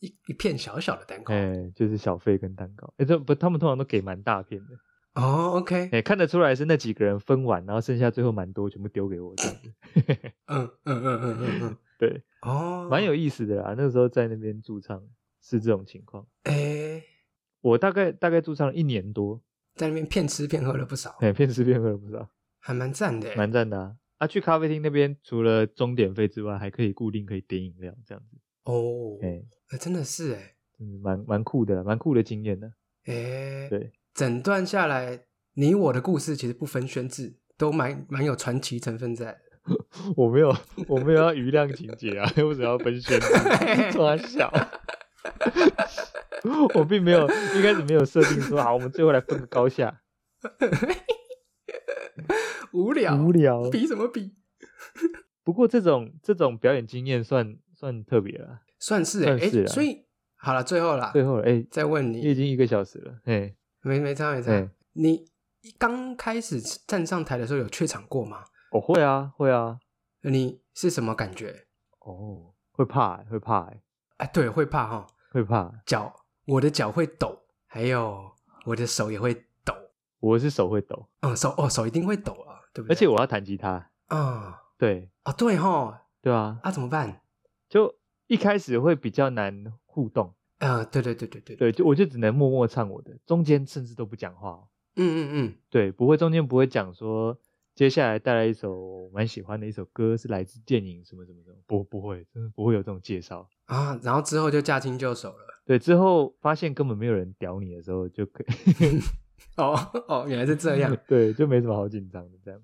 A: 一一片小小的蛋糕。
B: 哎、就是小费跟蛋糕，哎、这不，他们通常都给蛮大片的，
A: 哦，OK，
B: 哎、看得出来是那几个人分完，然后剩下最后蛮多全部丢给我这样子，
A: 嗯嗯嗯嗯嗯嗯，
B: 对，
A: 哦，
B: 蛮有意思的啦。那时候在那边驻唱是这种情况，
A: 哎，
B: 我大概大概驻唱了一年多，
A: 在那边骗吃骗喝了不少，
B: 哎、骗吃骗喝了不少，
A: 还蛮赞的。哎
B: 蛮赞的啊。啊，去咖啡厅那边除了钟点费之外，还可以固定可以点饮料这样子，
A: 哦，
B: 哎、
A: 哎真的是哎
B: 嗯，蛮蛮酷的啦，蛮酷的经验的。
A: 哎，
B: 对，
A: 整段下来，你我的故事其实不分轩制，都蛮蛮有传奇成分在的。
B: 我没有，我没有要余量情节啊， 我只要分宣传抓小。 我并没有一开始没有设定说好，我们最后来分个高下，
A: 无聊，
B: 无聊。
A: 比什么比？
B: 不过这种这种表演经验算算特别了。
A: 算是哎
B: 算是
A: 哎，
B: 啦
A: 所以好了，最后啦，
B: 最后了，哎、
A: 再问你
B: 也已经一个小时了，哎，
A: 没没差没差。
B: 哎
A: 你刚开始站上台的时候有怯场过吗？
B: 我、会啊，会啊，
A: 你是什么感觉？
B: 哦，会怕、会怕、欸
A: 哎，对，会怕哈，
B: 会怕。
A: 脚，我的脚会抖，还有我的手也会抖。
B: 我是手会抖，
A: 嗯，手哦，手一定会抖啊，对不对？
B: 而且我要弹吉他，
A: 啊、
B: 对
A: 哦，对哈，
B: 对啊，
A: 啊，怎么办？
B: 就一开始会比较难互动，
A: 呃，对对对对对，
B: 对，就我就只能默默唱我的，中间甚至都不讲话、哦。
A: 嗯嗯嗯，
B: 对，不会中间不会讲说接下来带来一首我蛮喜欢的一首歌，是来自电影什么什么什么，不不会，真的不会有这种介绍。
A: 啊，然后之后就驾轻就熟了。
B: 对，之后发现根本没有人屌你的时候，就可以
A: 哦哦，原来是这样。
B: 对，就没什么好紧张的这样。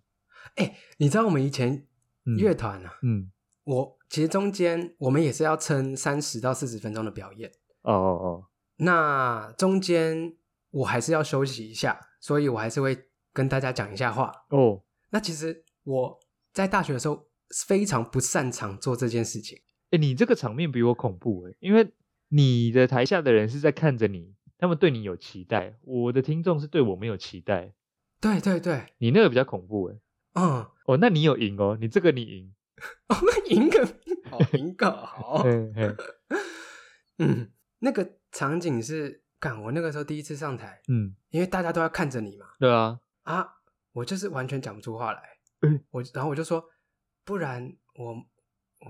A: 你知道我们以前
B: 嗯
A: 乐团啊，
B: 嗯，
A: 我其实中间我们也是要撑三十到四十分钟的表演。
B: 哦哦
A: 那中间我还是要休息一下，所以我还是会跟大家讲一下话。
B: 哦哦，
A: 那其实我在大学的时候非常不擅长做这件事情。
B: 哎，你这个场面比我恐怖哎，因为你的台下的人是在看着你，他们对你有期待，我的听众是对我没有期待，
A: 对对对，
B: 你那个比较恐怖哎。
A: 嗯，哦
B: 哦，那你有赢哦，你这个你赢，
A: 我们赢个 好赢个好，
B: 嗯嗯
A: 嗯，那个场景是，干我那个时候第一次上台，
B: 嗯，
A: 因为大家都要看着你嘛，
B: 对啊，
A: 啊，我就是完全讲不出话来
B: 嗯，
A: 我然后我就说，不然我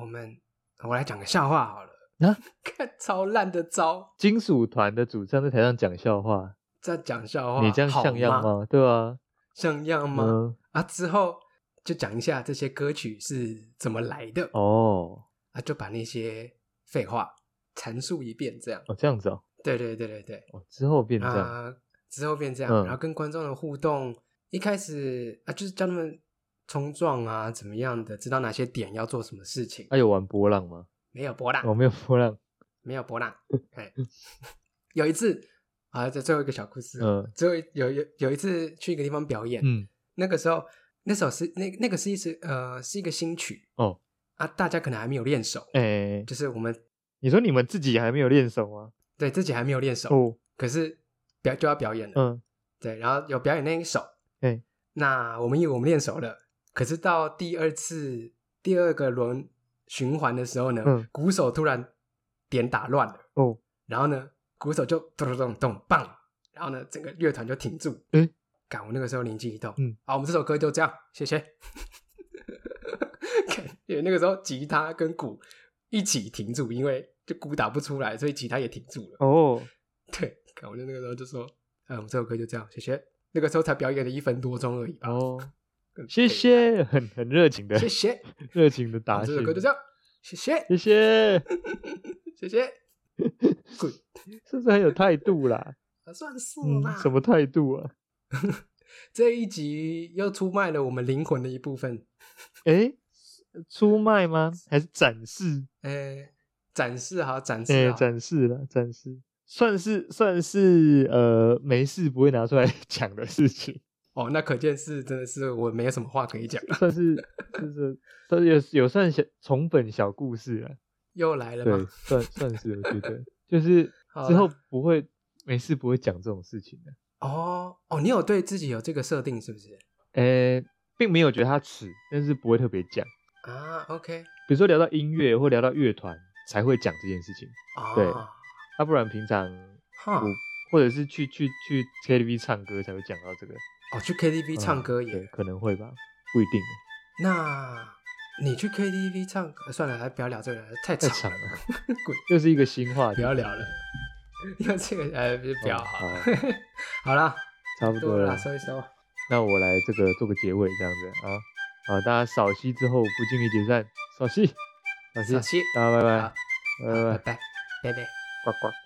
A: 我们我来讲个笑话好了，
B: 啊，
A: 看超烂的招，
B: 金属团的主唱在台上讲笑话，
A: 在讲笑话，
B: 你这样像样
A: 好吗？
B: 吗？对吧？
A: 像样吗？
B: 嗯，
A: 啊，之后就讲一下这些歌曲是怎么来的，
B: 哦，
A: 啊，就把那些废话阐述一遍，这样。
B: 哦，这样子哦，
A: 对对对对对，
B: 哦，之后变这样，
A: 啊，之后变这样，
B: 嗯
A: 然后跟观众的互动，一开始啊，就是叫他们冲撞啊，怎么样的，知道哪些点要做什么事情。
B: 他、啊有玩波浪吗？哦
A: 没有波浪，
B: 哎我、没有嗯 波浪，
A: 没有波浪。哎，有一次啊，这最后一个小故事，
B: 嗯
A: 最后一有有有一次去一个地方表演，
B: 嗯，
A: 那个时候那首是那那个是一首呃是一个新曲
B: 哦
A: 啊，大家可能还没有练手，
B: 哎、
A: 就是我们
B: 你说你们自己还没有练手吗？
A: 对自己还没有练手，
B: 哦，
A: 可是表就要表演了，
B: 嗯，
A: 对，然后有表演那一首，
B: 对，
A: 那我们以为我们练熟了，可是到第二次第二个轮循环的时候呢，
B: 嗯
A: 鼓手突然点打乱了，
B: 哦，
A: 然后呢，鼓手就咚咚咚咚棒，然后呢，整个乐团就停住，
B: 诶
A: 干，我那个时候灵机一动，
B: 嗯，
A: 好，我们这首歌就这样，谢 谢。感觉那个时候吉他跟鼓一起停住，因为就鼓打不出来，所以吉他也停住了。
B: 哦，
A: 对，看我就那个时候就说，嗯，我们这首歌就这样，谢谢。那个时候才表演了一分多钟而已吧。
B: 哦，
A: 更
B: 谢
A: 废
B: 谢，很很热情的
A: 啊谢，谢，
B: 热情的
A: 我
B: 答
A: 们
B: 谢
A: 这首，歌就这样，谢谢，
B: 谢谢，
A: 谢谢。滚，
B: 是不是很有态度啦？
A: 啊算是
B: 嗯
A: 啦。，
B: 什么态度啊？
A: 这一集又出卖了我们灵魂的一部分，
B: 哎，出卖吗？还是展示？
A: 呃，展示哈，展示啊
B: 哎、
A: 哈，
B: 展示了，展示，算是算是呃，没事不会拿出来 讲的事情，
A: 哦，那可见是真的是我没有什么话可以 讲了，
B: 算是 就是算是有有算小重本小故事了，
A: 又来了
B: 对
A: 嘛，，
B: 算算是我觉得就是
A: 好
B: 之
A: 啦
B: 后不会没事不会讲这种事情的，
A: 哦哦，你有对自己有这个设定是不是？
B: 哎、并没有觉得他耻，但是不会特别讲，
A: 啊，OK，
B: 比如说聊到音乐或聊到乐团才会讲这件事情，
A: 啊，
B: 对嗯要、不然平常
A: 哈，
B: 我或者是去去去 KTV 唱歌才会讲到这个。
A: 哦，去 KTV 唱歌也
B: 嗯对，可能会吧，不一定，
A: 那你去 KTV 唱歌，算了，还不要聊这个了，太
B: 太
A: 长
B: 长
A: 了，
B: 了，
A: 滚，
B: 又是一个新话
A: 不
B: 题，
A: 要聊了，因为这个 呃，不要
B: 哦
A: 好了
B: 好，
A: 好啦，
B: 差不
A: 多
B: 多
A: 了
B: 了
A: 啦，。收一收，
B: 那我来这个做个结尾，这样子啊啊，大家扫息之后不尽力解散，扫息，扫息
A: 小，七，
B: 大家拜拜
A: 好，
B: 拜
A: 好拜
B: 拜，
A: 拜，拜拜。
B: 呱呱。